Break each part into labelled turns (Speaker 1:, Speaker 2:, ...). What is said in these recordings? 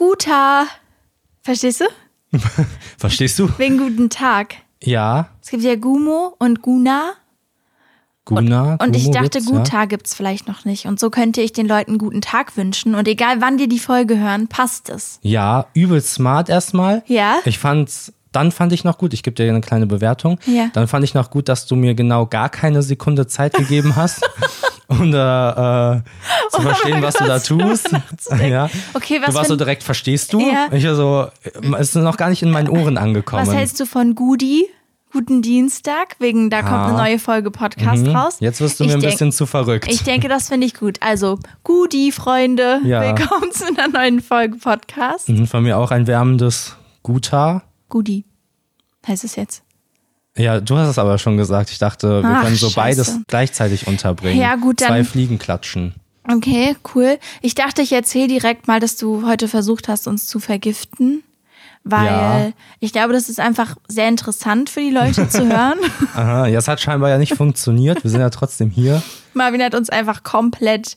Speaker 1: guter. Verstehst du?
Speaker 2: Verstehst du?
Speaker 1: Wegen guten Tag.
Speaker 2: Ja.
Speaker 1: Es gibt ja Gumo und Guna.
Speaker 2: Guna.
Speaker 1: Und ich
Speaker 2: Gumo
Speaker 1: dachte,
Speaker 2: gibt's,
Speaker 1: guten
Speaker 2: ja.
Speaker 1: Tag gibt's vielleicht noch nicht. Und so könnte ich den Leuten guten Tag wünschen. Und egal wann die die Folge hören, passt es.
Speaker 2: Ja, übel smart erstmal.
Speaker 1: Ja.
Speaker 2: Ich fand's, dann fand ich noch gut, ich gebe dir eine kleine Bewertung.
Speaker 1: Ja.
Speaker 2: Dann fand ich noch gut, dass du mir genau gar keine Sekunde Zeit gegeben hast, um da äh,
Speaker 1: Oh
Speaker 2: zu verstehen, was du da tust. Ja.
Speaker 1: Okay, was
Speaker 2: du warst
Speaker 1: für
Speaker 2: so
Speaker 1: ein-
Speaker 2: direkt, verstehst du?
Speaker 1: Ja.
Speaker 2: Ich war so, äh, es ist noch gar nicht in meinen Ohren angekommen.
Speaker 1: Was hältst du von Gudi? Guten Dienstag, wegen da kommt eine neue Folge Podcast raus.
Speaker 2: Mhm. Jetzt wirst du
Speaker 1: Ich
Speaker 2: mir ein
Speaker 1: denk-
Speaker 2: bisschen zu verrückt.
Speaker 1: Ich denke, das finde ich gut. Also, Gudi, Freunde,
Speaker 2: Ja.
Speaker 1: willkommen zu einer neuen Folge Podcast.
Speaker 2: Mhm, Von mir auch ein wärmendes Guter.
Speaker 1: Gudi heißt es jetzt.
Speaker 2: Ja, du hast es aber schon gesagt. Ich dachte, wir
Speaker 1: Ach,
Speaker 2: können so
Speaker 1: scheiße.
Speaker 2: beides gleichzeitig unterbringen.
Speaker 1: Ja, gut, dann-
Speaker 2: Zwei Fliegen klatschen.
Speaker 1: Okay, cool. Ich dachte, ich erzähle direkt mal, dass du heute versucht hast, uns zu vergiften. Weil
Speaker 2: Ja.
Speaker 1: ich glaube, das ist einfach sehr interessant für die Leute zu hören.
Speaker 2: Aha, ja, es hat scheinbar ja nicht funktioniert. Wir sind ja trotzdem hier.
Speaker 1: Marvin hat uns einfach komplett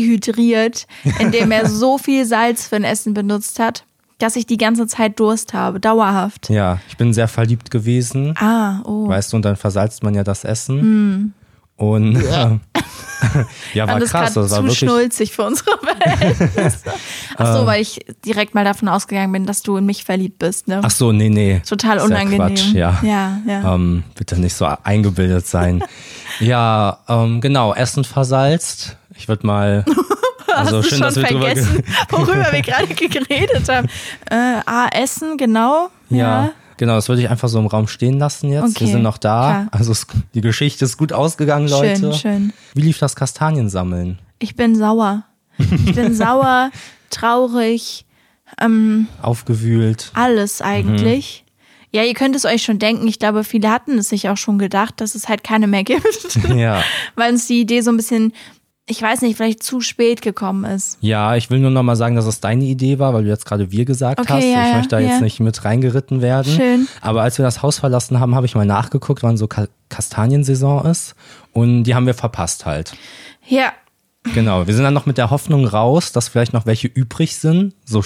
Speaker 1: dehydriert, indem er so viel Salz für ein Essen benutzt hat, dass ich die ganze Zeit Durst habe, dauerhaft.
Speaker 2: Ja, ich bin sehr verliebt gewesen.
Speaker 1: Ah, oh.
Speaker 2: Weißt du, und dann versalzt man ja das Essen.
Speaker 1: Hm.
Speaker 2: Und ja, ja war
Speaker 1: das
Speaker 2: Ah, krass.
Speaker 1: gerade
Speaker 2: Das war
Speaker 1: zu
Speaker 2: wirklich. Ähm.
Speaker 1: schnulzig für unsere Verhältnisse. Ach so, weil ich direkt mal davon ausgegangen bin, dass du in mich verliebt bist, ne?
Speaker 2: Ach so, nee, nee.
Speaker 1: Total
Speaker 2: Ist
Speaker 1: unangenehm.
Speaker 2: Quatsch, ja.
Speaker 1: Ja, ja.
Speaker 2: Ähm, bitte nicht so eingebildet sein. ja, ähm, genau, Essen versalzt. Ich würde mal. Also
Speaker 1: Hast du
Speaker 2: schön,
Speaker 1: schon
Speaker 2: dass wir drüber ge-
Speaker 1: vergessen, worüber wir gerade geredet haben. Äh, ah, Essen, genau.
Speaker 2: Ja, genau, das würde ich einfach so im Raum stehen lassen jetzt.
Speaker 1: Okay,
Speaker 2: Wir sind noch da.
Speaker 1: klar.
Speaker 2: Also es, die Geschichte ist gut ausgegangen, Leute.
Speaker 1: Schön, schön.
Speaker 2: Wie lief das Kastaniensammeln?
Speaker 1: Ich bin sauer. Ich bin sauer, traurig,
Speaker 2: Aufgewühlt.
Speaker 1: alles eigentlich.
Speaker 2: Mhm.
Speaker 1: Ja, ihr könnt es euch schon denken. Ich glaube, viele hatten es sich auch schon gedacht, dass es halt keine mehr gibt,
Speaker 2: Ja.
Speaker 1: weil uns die Idee so ein bisschen, ich weiß nicht, vielleicht zu spät gekommen ist.
Speaker 2: Ja, ich will nur noch mal sagen, dass es deine Idee war, weil du jetzt gerade wir gesagt
Speaker 1: Okay,
Speaker 2: hast.
Speaker 1: ja,
Speaker 2: ich
Speaker 1: ja,
Speaker 2: möchte da jetzt
Speaker 1: ja.
Speaker 2: nicht mit reingeritten werden.
Speaker 1: Schön.
Speaker 2: Aber als wir das Haus verlassen haben, habe ich mal nachgeguckt, wann so Ka Kastaniensaison ist. Und die haben wir verpasst halt.
Speaker 1: Ja,
Speaker 2: Genau. Wir sind dann noch mit der Hoffnung raus, dass vielleicht noch welche übrig sind, so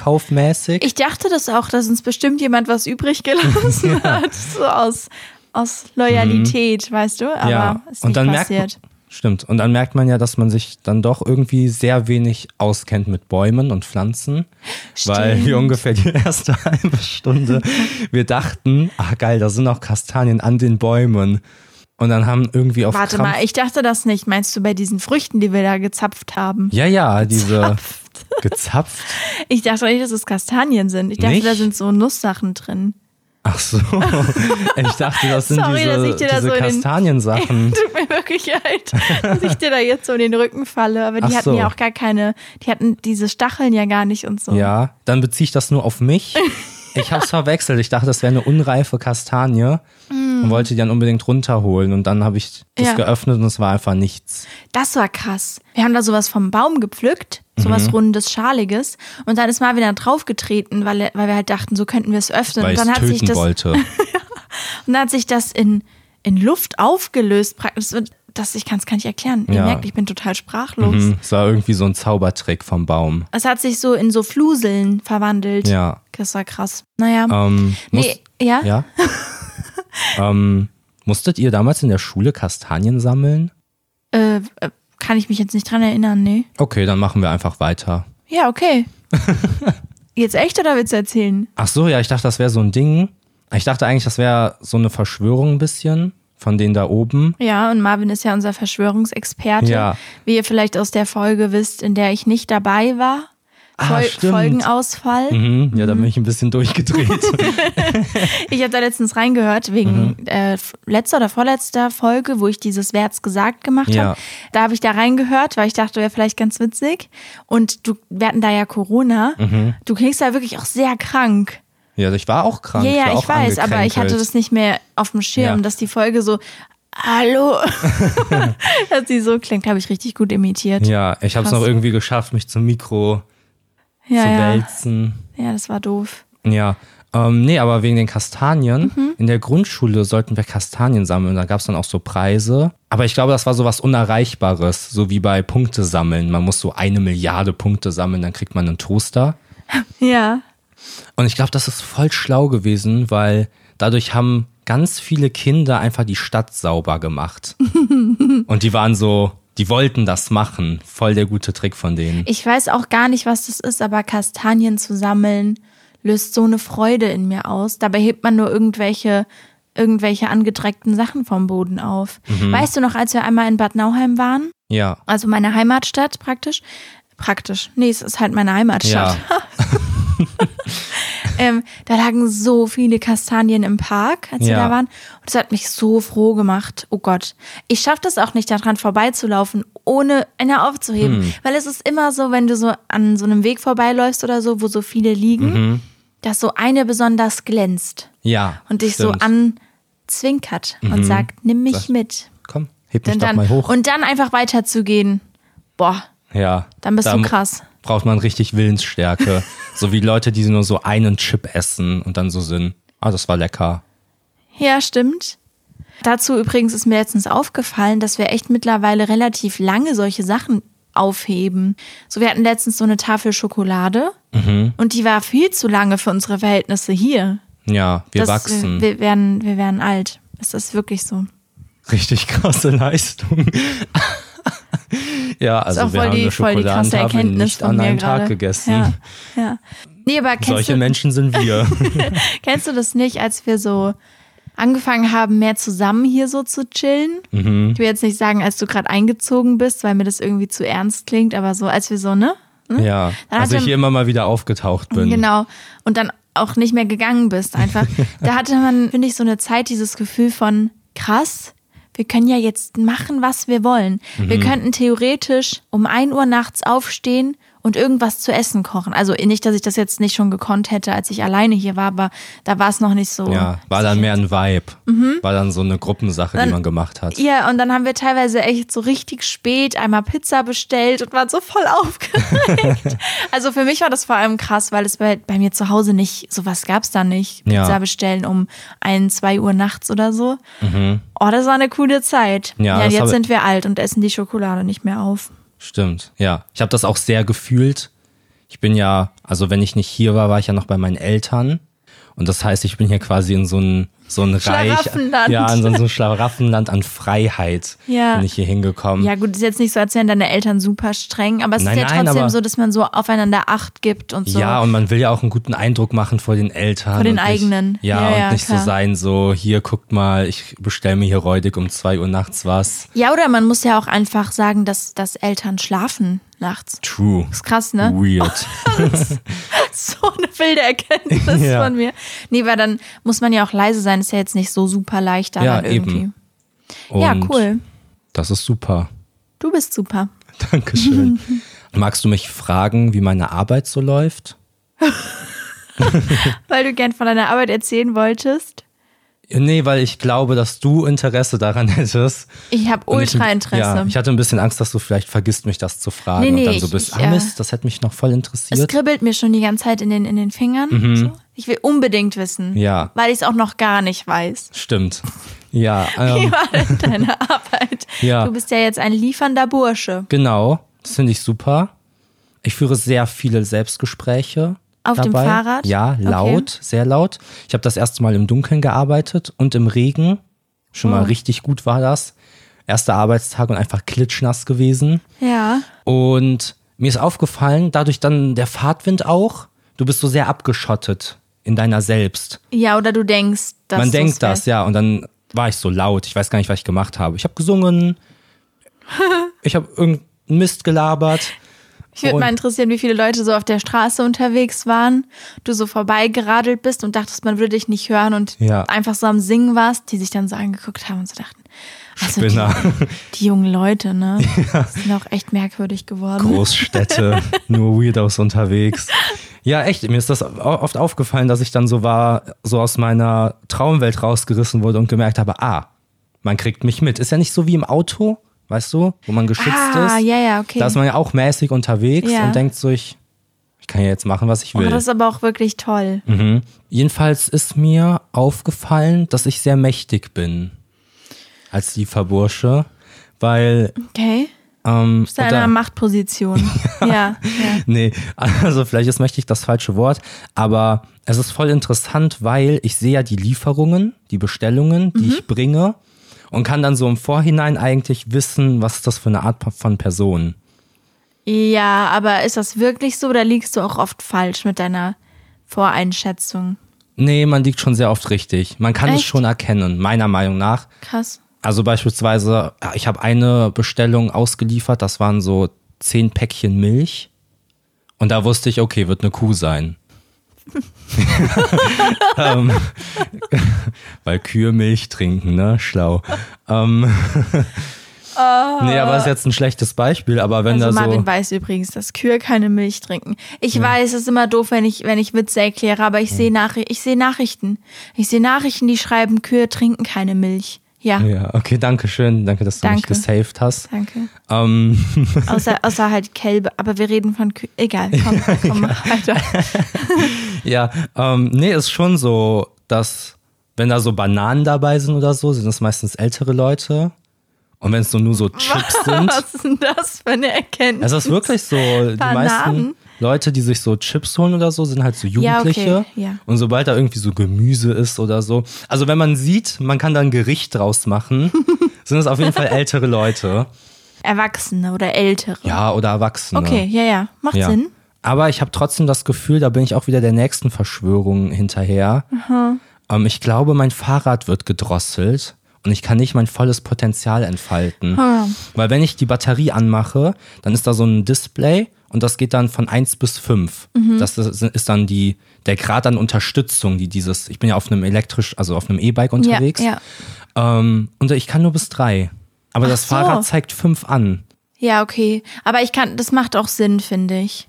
Speaker 2: Schlussverkaufmäßig.
Speaker 1: ich dachte das auch, dass uns bestimmt jemand was übrig gelassen hat, so aus, aus
Speaker 2: Mhm.
Speaker 1: Loyalität, weißt du. Aber ist nicht passiert.
Speaker 2: merkt man, stimmt und dann merkt man ja, dass man sich dann doch irgendwie sehr wenig auskennt mit Bäumen und Pflanzen, weil
Speaker 1: Stimmt.
Speaker 2: wir ungefähr die erste halbe Stunde wir dachten, ach geil, da sind auch Kastanien an den Bäumen und dann haben irgendwie auf
Speaker 1: Warte
Speaker 2: Krampf,
Speaker 1: mal, ich dachte das nicht. Meinst du bei diesen Früchten, die wir da gezapft haben?
Speaker 2: ja ja diese gezapft,
Speaker 1: Ich dachte nicht, dass es Kastanien sind. Ich dachte,
Speaker 2: Nicht?
Speaker 1: da sind so Nusssachen drin.
Speaker 2: ach so, ich dachte das sind
Speaker 1: Sorry, dass
Speaker 2: diese,
Speaker 1: ich dir da
Speaker 2: diese
Speaker 1: so in den-
Speaker 2: Kastaniensachen.
Speaker 1: Tut mir wirklich leid, dass ich dir da jetzt so in den Rücken falle. Aber die
Speaker 2: Ach
Speaker 1: hatten
Speaker 2: so.
Speaker 1: ja auch gar keine, die hatten diese Stacheln ja gar nicht und so.
Speaker 2: Ja, dann beziehe ich das nur auf mich. Ich hab's verwechselt. Ich dachte, das wäre eine unreife Kastanie und wollte die dann unbedingt runterholen. Und dann habe ich das
Speaker 1: Mm. Ja.
Speaker 2: geöffnet und es war einfach nichts.
Speaker 1: Das war krass. Wir haben da sowas vom Baum gepflückt,
Speaker 2: Mhm.
Speaker 1: sowas rundes, schaliges. Und dann ist Marvin da draufgetreten, weil, er- weil wir halt dachten, so könnten wir es öffnen.
Speaker 2: Weil
Speaker 1: und
Speaker 2: ich
Speaker 1: dann hat sich
Speaker 2: töten
Speaker 1: das,
Speaker 2: wollte.
Speaker 1: und dann hat sich das in, in Luft aufgelöst praktisch. Und Das, ich kann es gar nicht erklären. Ihr
Speaker 2: Ja.
Speaker 1: merkt, ich bin total sprachlos.
Speaker 2: Hm, Es war irgendwie so ein Zaubertrick vom Baum.
Speaker 1: Es hat sich so in so Fluseln verwandelt.
Speaker 2: Ja.
Speaker 1: Das war krass. Naja.
Speaker 2: Ähm,
Speaker 1: nee, ja?
Speaker 2: Ja. ähm, musstet ihr damals in der Schule Kastanien sammeln?
Speaker 1: Äh, äh, kann ich mich jetzt nicht dran erinnern, nee.
Speaker 2: Okay, dann machen wir einfach weiter.
Speaker 1: Ja, okay. jetzt echt oder willst du erzählen?
Speaker 2: Ach so, ja, ich dachte, das wäre so ein Ding. Ich dachte eigentlich, das wäre so eine Verschwörung ein bisschen von denen da oben.
Speaker 1: Ja, und Marvin ist ja unser Verschwörungsexperte.
Speaker 2: Ja.
Speaker 1: Wie ihr vielleicht aus der Folge wisst, in der ich nicht dabei war.
Speaker 2: Ah, stimmt.
Speaker 1: Folgenausfall.
Speaker 2: Mhm, ja, da bin ich ein bisschen durchgedreht.
Speaker 1: Ich habe da letztens reingehört, wegen
Speaker 2: Mhm.
Speaker 1: äh, f- letzter oder vorletzter Folge, wo ich dieses Wer hat's gesagt gemacht
Speaker 2: Ja.
Speaker 1: habe. Da habe ich da reingehört, weil ich dachte, wäre vielleicht ganz witzig. Und du, wir hatten da ja Corona.
Speaker 2: Mhm.
Speaker 1: Du klingst da wirklich auch sehr krank.
Speaker 2: ja, ich war auch krank.
Speaker 1: Ja,
Speaker 2: war
Speaker 1: ja,
Speaker 2: auch
Speaker 1: ich weiß, aber ich hatte das nicht mehr auf dem Schirm,
Speaker 2: Ja.
Speaker 1: dass die Folge so, hallo, dass sie so klingt, habe ich richtig gut imitiert.
Speaker 2: Ja, ich habe es
Speaker 1: Krass.
Speaker 2: noch irgendwie geschafft, mich zum Mikro zu
Speaker 1: ja, ja.
Speaker 2: wälzen.
Speaker 1: ja das war doof.
Speaker 2: Ja. Ähm, nee, aber wegen den Kastanien.
Speaker 1: Mhm.
Speaker 2: In der Grundschule sollten wir Kastanien sammeln. Da gab es dann auch so Preise. Aber ich glaube, das war so was Unerreichbares, so wie bei Punkte sammeln. Man muss so eine Milliarde Punkte sammeln, dann kriegt man einen Toaster.
Speaker 1: Ja.
Speaker 2: Und ich glaube, das ist voll schlau gewesen, weil dadurch haben ganz viele Kinder einfach die Stadt sauber gemacht. Und die waren so, die wollten das machen. Voll der gute Trick von denen.
Speaker 1: Ich weiß auch gar nicht, was das ist, aber Kastanien zu sammeln löst so eine Freude in mir aus. Dabei hebt man nur irgendwelche irgendwelche angedreckten Sachen vom Boden auf. Weißt du noch, als wir einmal in Bad Nauheim waren?
Speaker 2: Ja.
Speaker 1: Also meine Heimatstadt praktisch. Praktisch. Nee, es ist halt meine Heimatstadt.
Speaker 2: Ja.
Speaker 1: Ähm, da lagen so viele Kastanien im Park, als wir
Speaker 2: Ja.
Speaker 1: da waren. Und das hat mich so froh gemacht. Oh Gott. Ich schaffe das auch nicht, daran vorbeizulaufen, ohne eine aufzuheben.
Speaker 2: Hm.
Speaker 1: Weil es ist immer so, wenn du so an so einem Weg vorbeiläufst oder so, wo so viele liegen,
Speaker 2: Mhm.
Speaker 1: dass so eine besonders glänzt
Speaker 2: Ja.
Speaker 1: und dich
Speaker 2: stimmt. Mhm.
Speaker 1: so anzwinkert und sagt, nimm mich
Speaker 2: Sag-
Speaker 1: mit.
Speaker 2: Komm, heb mich
Speaker 1: Und
Speaker 2: doch
Speaker 1: dann,
Speaker 2: mal hoch.
Speaker 1: und dann einfach weiterzugehen. Boah,
Speaker 2: ja.
Speaker 1: dann bist
Speaker 2: Da
Speaker 1: du
Speaker 2: mu-
Speaker 1: krass.
Speaker 2: Braucht man richtig Willensstärke. so wie Leute, die nur so einen Chip essen und dann so sind. Ah, das war lecker.
Speaker 1: Ja, stimmt. Dazu übrigens ist mir letztens aufgefallen, dass wir echt mittlerweile relativ lange solche Sachen aufheben. So, wir hatten letztens so eine Tafel Schokolade
Speaker 2: Mhm.
Speaker 1: und die war viel zu lange für unsere Verhältnisse hier.
Speaker 2: Ja, wir
Speaker 1: Das, äh,
Speaker 2: wachsen.
Speaker 1: Wir, wir, werden, wir werden alt. Ist das wirklich so?
Speaker 2: richtig krasse Leistung. ja, also
Speaker 1: ist auch
Speaker 2: wir
Speaker 1: voll
Speaker 2: haben
Speaker 1: die,
Speaker 2: eine
Speaker 1: voll die krasse
Speaker 2: Schokoladentafel
Speaker 1: Erkenntnis
Speaker 2: nicht
Speaker 1: von
Speaker 2: an
Speaker 1: mir
Speaker 2: einem
Speaker 1: gerade.
Speaker 2: Tag gegessen.
Speaker 1: Ja, ja. Nee, aber kennst
Speaker 2: Solche
Speaker 1: du, Mhm.
Speaker 2: Menschen sind wir.
Speaker 1: kennst du das nicht, als wir so angefangen haben, mehr zusammen hier so zu chillen?
Speaker 2: Mhm.
Speaker 1: Ich will jetzt nicht sagen, als du gerade eingezogen bist, weil mir das irgendwie zu ernst klingt, aber so, als wir so, ne?
Speaker 2: ja,
Speaker 1: Dann
Speaker 2: als
Speaker 1: hat
Speaker 2: ich
Speaker 1: er-
Speaker 2: hier immer mal wieder aufgetaucht bin.
Speaker 1: Genau. Und dann auch nicht mehr gegangen bist einfach. da hatte man, finde ich, so eine Zeit dieses Gefühl von krass. Wir können ja jetzt machen, was wir wollen.
Speaker 2: Mhm.
Speaker 1: Wir könnten theoretisch um 1 Uhr nachts aufstehen und irgendwas zu essen kochen. Also nicht, dass ich das jetzt nicht schon gekonnt hätte, als ich alleine hier war, aber da war es noch nicht so.
Speaker 2: Ja, war dann mehr ein Vibe.
Speaker 1: Mhm.
Speaker 2: War dann so eine Gruppensache, die man gemacht hat.
Speaker 1: Ja, und dann haben wir teilweise echt so richtig spät einmal Pizza bestellt und waren so voll aufgeregt. also für mich war das vor allem krass, weil es bei, bei mir zu Hause nicht, sowas gab's da nicht.
Speaker 2: Ja.
Speaker 1: Pizza bestellen um ein, zwei Uhr nachts oder so. Oh, das war eine coole Zeit.
Speaker 2: Mhm. Ja, das
Speaker 1: jetzt
Speaker 2: habe-
Speaker 1: sind wir alt und essen die Schokolade nicht mehr auf.
Speaker 2: Stimmt, ja. Ich habe das auch sehr gefühlt. Ich bin ja, also wenn ich nicht hier war, war ich ja noch bei meinen Eltern. Und das heißt, ich bin hier quasi in so ein, so ein Reich.
Speaker 1: Schlaraffenland.
Speaker 2: Ja, in so einem Schlaraffenland an Freiheit
Speaker 1: Ja.
Speaker 2: bin ich hier hingekommen.
Speaker 1: Ja, gut, ist jetzt nicht so, als wären deine Eltern super streng, aber es
Speaker 2: Hm. Nein,
Speaker 1: ist ja
Speaker 2: nein,
Speaker 1: trotzdem
Speaker 2: aber-
Speaker 1: so, dass man so aufeinander Acht gibt und so.
Speaker 2: Ja, und man will ja auch einen guten Eindruck machen vor den Eltern.
Speaker 1: Vor den
Speaker 2: und nicht,
Speaker 1: eigenen.
Speaker 2: Ja,
Speaker 1: Ja,
Speaker 2: und
Speaker 1: ja,
Speaker 2: nicht
Speaker 1: klar.
Speaker 2: so sein, so, hier, guckt mal, ich bestelle mir hier räudig um zwei Uhr nachts was.
Speaker 1: ja, oder man muss ja auch einfach sagen, dass, dass Eltern schlafen nachts.
Speaker 2: True.
Speaker 1: Ist krass, ne?
Speaker 2: Weird.
Speaker 1: so eine wilde Erkenntnis
Speaker 2: Ja.
Speaker 1: von mir. Nee, weil dann muss man ja auch leise sein, ist ja jetzt nicht so super leicht da
Speaker 2: Ja,
Speaker 1: dann irgendwie.
Speaker 2: eben.
Speaker 1: Ja,
Speaker 2: Und
Speaker 1: cool.
Speaker 2: Das ist super.
Speaker 1: Du bist super.
Speaker 2: Dankeschön. Magst du mich fragen, wie meine Arbeit so läuft?
Speaker 1: Weil du gern von deiner Arbeit erzählen wolltest.
Speaker 2: Nee, weil ich glaube, dass du Interesse daran hättest.
Speaker 1: Ich habe
Speaker 2: Und ich-
Speaker 1: ultra Interesse.
Speaker 2: Ja, ich hatte ein bisschen Angst, dass du vielleicht vergisst, mich das zu fragen
Speaker 1: Nee, nee,
Speaker 2: und dann so
Speaker 1: ich-
Speaker 2: bist,
Speaker 1: ich,
Speaker 2: ah
Speaker 1: äh,
Speaker 2: Mist, das hätte mich noch voll
Speaker 1: es
Speaker 2: interessiert.
Speaker 1: kribbelt mir schon die ganze Zeit in den, in den Fingern. So. Ich will unbedingt wissen.
Speaker 2: Mhm. Ja.
Speaker 1: Weil ich es auch noch gar nicht weiß.
Speaker 2: Stimmt. Ja, ähm,
Speaker 1: Wie war denn deine Arbeit?
Speaker 2: Ja.
Speaker 1: Du bist ja jetzt ein liefernder Bursche.
Speaker 2: genau. Das finde ich super. Ich führe sehr viele Selbstgespräche.
Speaker 1: Auf dem
Speaker 2: dabei.
Speaker 1: Fahrrad?
Speaker 2: Ja,
Speaker 1: Okay.
Speaker 2: laut, sehr laut. Ich habe das erste Mal im Dunkeln gearbeitet und im Regen. Schon mal
Speaker 1: Oh.
Speaker 2: richtig gut war das. Erster Arbeitstag und einfach klitschnass gewesen.
Speaker 1: Ja.
Speaker 2: Und mir ist aufgefallen, dadurch dann der Fahrtwind auch, du bist so sehr abgeschottet in deiner selbst.
Speaker 1: Ja, oder du denkst, dass
Speaker 2: Man
Speaker 1: du's
Speaker 2: denkt
Speaker 1: weißt.
Speaker 2: das, ja. Und dann war ich so laut. Ich weiß gar nicht, was ich gemacht habe. Ich habe gesungen. ich habe irgendeinen Mist gelabert.
Speaker 1: Ich würde
Speaker 2: Und-
Speaker 1: mal interessieren, wie viele Leute so auf der Straße unterwegs waren, du so vorbeigeradelt bist und dachtest, man würde dich nicht hören und
Speaker 2: Ja.
Speaker 1: einfach so am Singen warst, die sich dann so angeguckt haben und so dachten, also die,
Speaker 2: Spinner.
Speaker 1: die jungen Leute, ne? Sind auch echt merkwürdig geworden.
Speaker 2: Großstädte, nur Weirdos unterwegs. Ja, echt, mir ist das au- oft aufgefallen, dass ich dann so war, so aus meiner Traumwelt rausgerissen wurde und gemerkt habe, ah, man kriegt mich mit. Ist ja nicht so wie im Auto, weißt du, wo man geschützt
Speaker 1: Ah,
Speaker 2: ist.
Speaker 1: ja, ja, okay.
Speaker 2: Da ist man ja auch mäßig unterwegs
Speaker 1: Ja.
Speaker 2: und denkt so, ich, ich kann ja jetzt machen, was ich
Speaker 1: Oh,
Speaker 2: will.
Speaker 1: das ist aber auch wirklich toll.
Speaker 2: mhm. Jedenfalls ist mir aufgefallen, dass ich sehr mächtig bin als Lieferbursche, weil
Speaker 1: Okay.
Speaker 2: Ähm,
Speaker 1: Bist du in einer Machtposition. ja. ja.
Speaker 2: nee, also vielleicht ist mächtig das falsche Wort, aber es ist voll interessant, weil ich sehe ja die Lieferungen, die Bestellungen, die ich bringe und kann dann so im Vorhinein eigentlich wissen, was ist das für eine Art von Person.
Speaker 1: Ja, aber ist das wirklich so oder liegst du auch oft falsch mit deiner Voreinschätzung?
Speaker 2: Nee, man liegt schon sehr oft richtig. Man kann es
Speaker 1: Echt?
Speaker 2: schon erkennen, meiner Meinung nach.
Speaker 1: Krass.
Speaker 2: Also beispielsweise, ich habe eine Bestellung ausgeliefert, das waren so zehn Päckchen Milch. Und da wusste ich, okay, wird eine Kuh sein. ähm, weil Kühe Milch trinken, ne? Schlau. Ähm, nee, aber ist jetzt ein schlechtes Beispiel, aber wenn
Speaker 1: Ah. Also
Speaker 2: da so.
Speaker 1: Marvin weiß übrigens, dass Kühe keine Milch trinken. Ich weiß, es ist immer doof, wenn ich, wenn ich Witze erkläre, aber ich sehe Nachri ich sehe Nachrichten. Ich sehe Nachrichten, die schreiben, Kühe trinken keine Milch. Ja,
Speaker 2: Ja, okay, danke schön. Danke, dass du mich
Speaker 1: Danke.
Speaker 2: gesaved hast.
Speaker 1: danke.
Speaker 2: Ähm,
Speaker 1: Außer, außer halt Kälber, aber wir reden von Kühen. Egal, komm, komm mal weiter.
Speaker 2: Ja, ähm, nee, ist schon so, dass wenn da so Bananen dabei sind oder so, sind das meistens ältere Leute. Und wenn es so nur so Chips sind,
Speaker 1: Was ist denn das für eine Erkenntnis?
Speaker 2: es ist wirklich so, die meisten
Speaker 1: Bananen?
Speaker 2: Leute, die sich so Chips holen oder so, sind halt so
Speaker 1: Ja, okay,
Speaker 2: Jugendliche.
Speaker 1: ja.
Speaker 2: Und sobald da irgendwie so Gemüse ist oder so, also wenn man sieht, man kann da ein Gericht draus machen, sind es auf jeden Fall ältere Leute.
Speaker 1: Erwachsene oder Ältere.
Speaker 2: Ja, oder Erwachsene.
Speaker 1: Okay, ja, ja. Macht
Speaker 2: Ja.
Speaker 1: Sinn.
Speaker 2: Aber ich habe trotzdem das Gefühl, da bin ich auch wieder der nächsten Verschwörung hinterher. Ähm, ich glaube, mein Fahrrad wird gedrosselt und ich kann nicht mein volles Potenzial entfalten. Weil wenn ich die Batterie anmache, dann ist da so ein Display und das geht dann von 1 bis 5.
Speaker 1: Mhm.
Speaker 2: Das ist, ist dann die, der Grad an Unterstützung, die dieses, ich bin ja auf einem elektrisch, also auf einem E-Bike unterwegs.
Speaker 1: Ja, ja.
Speaker 2: Ähm, und ich kann nur bis 3. Aber das
Speaker 1: so.
Speaker 2: Fahrrad zeigt 5 an.
Speaker 1: Ja, okay. Aber ich kann, das macht auch Sinn, finde ich.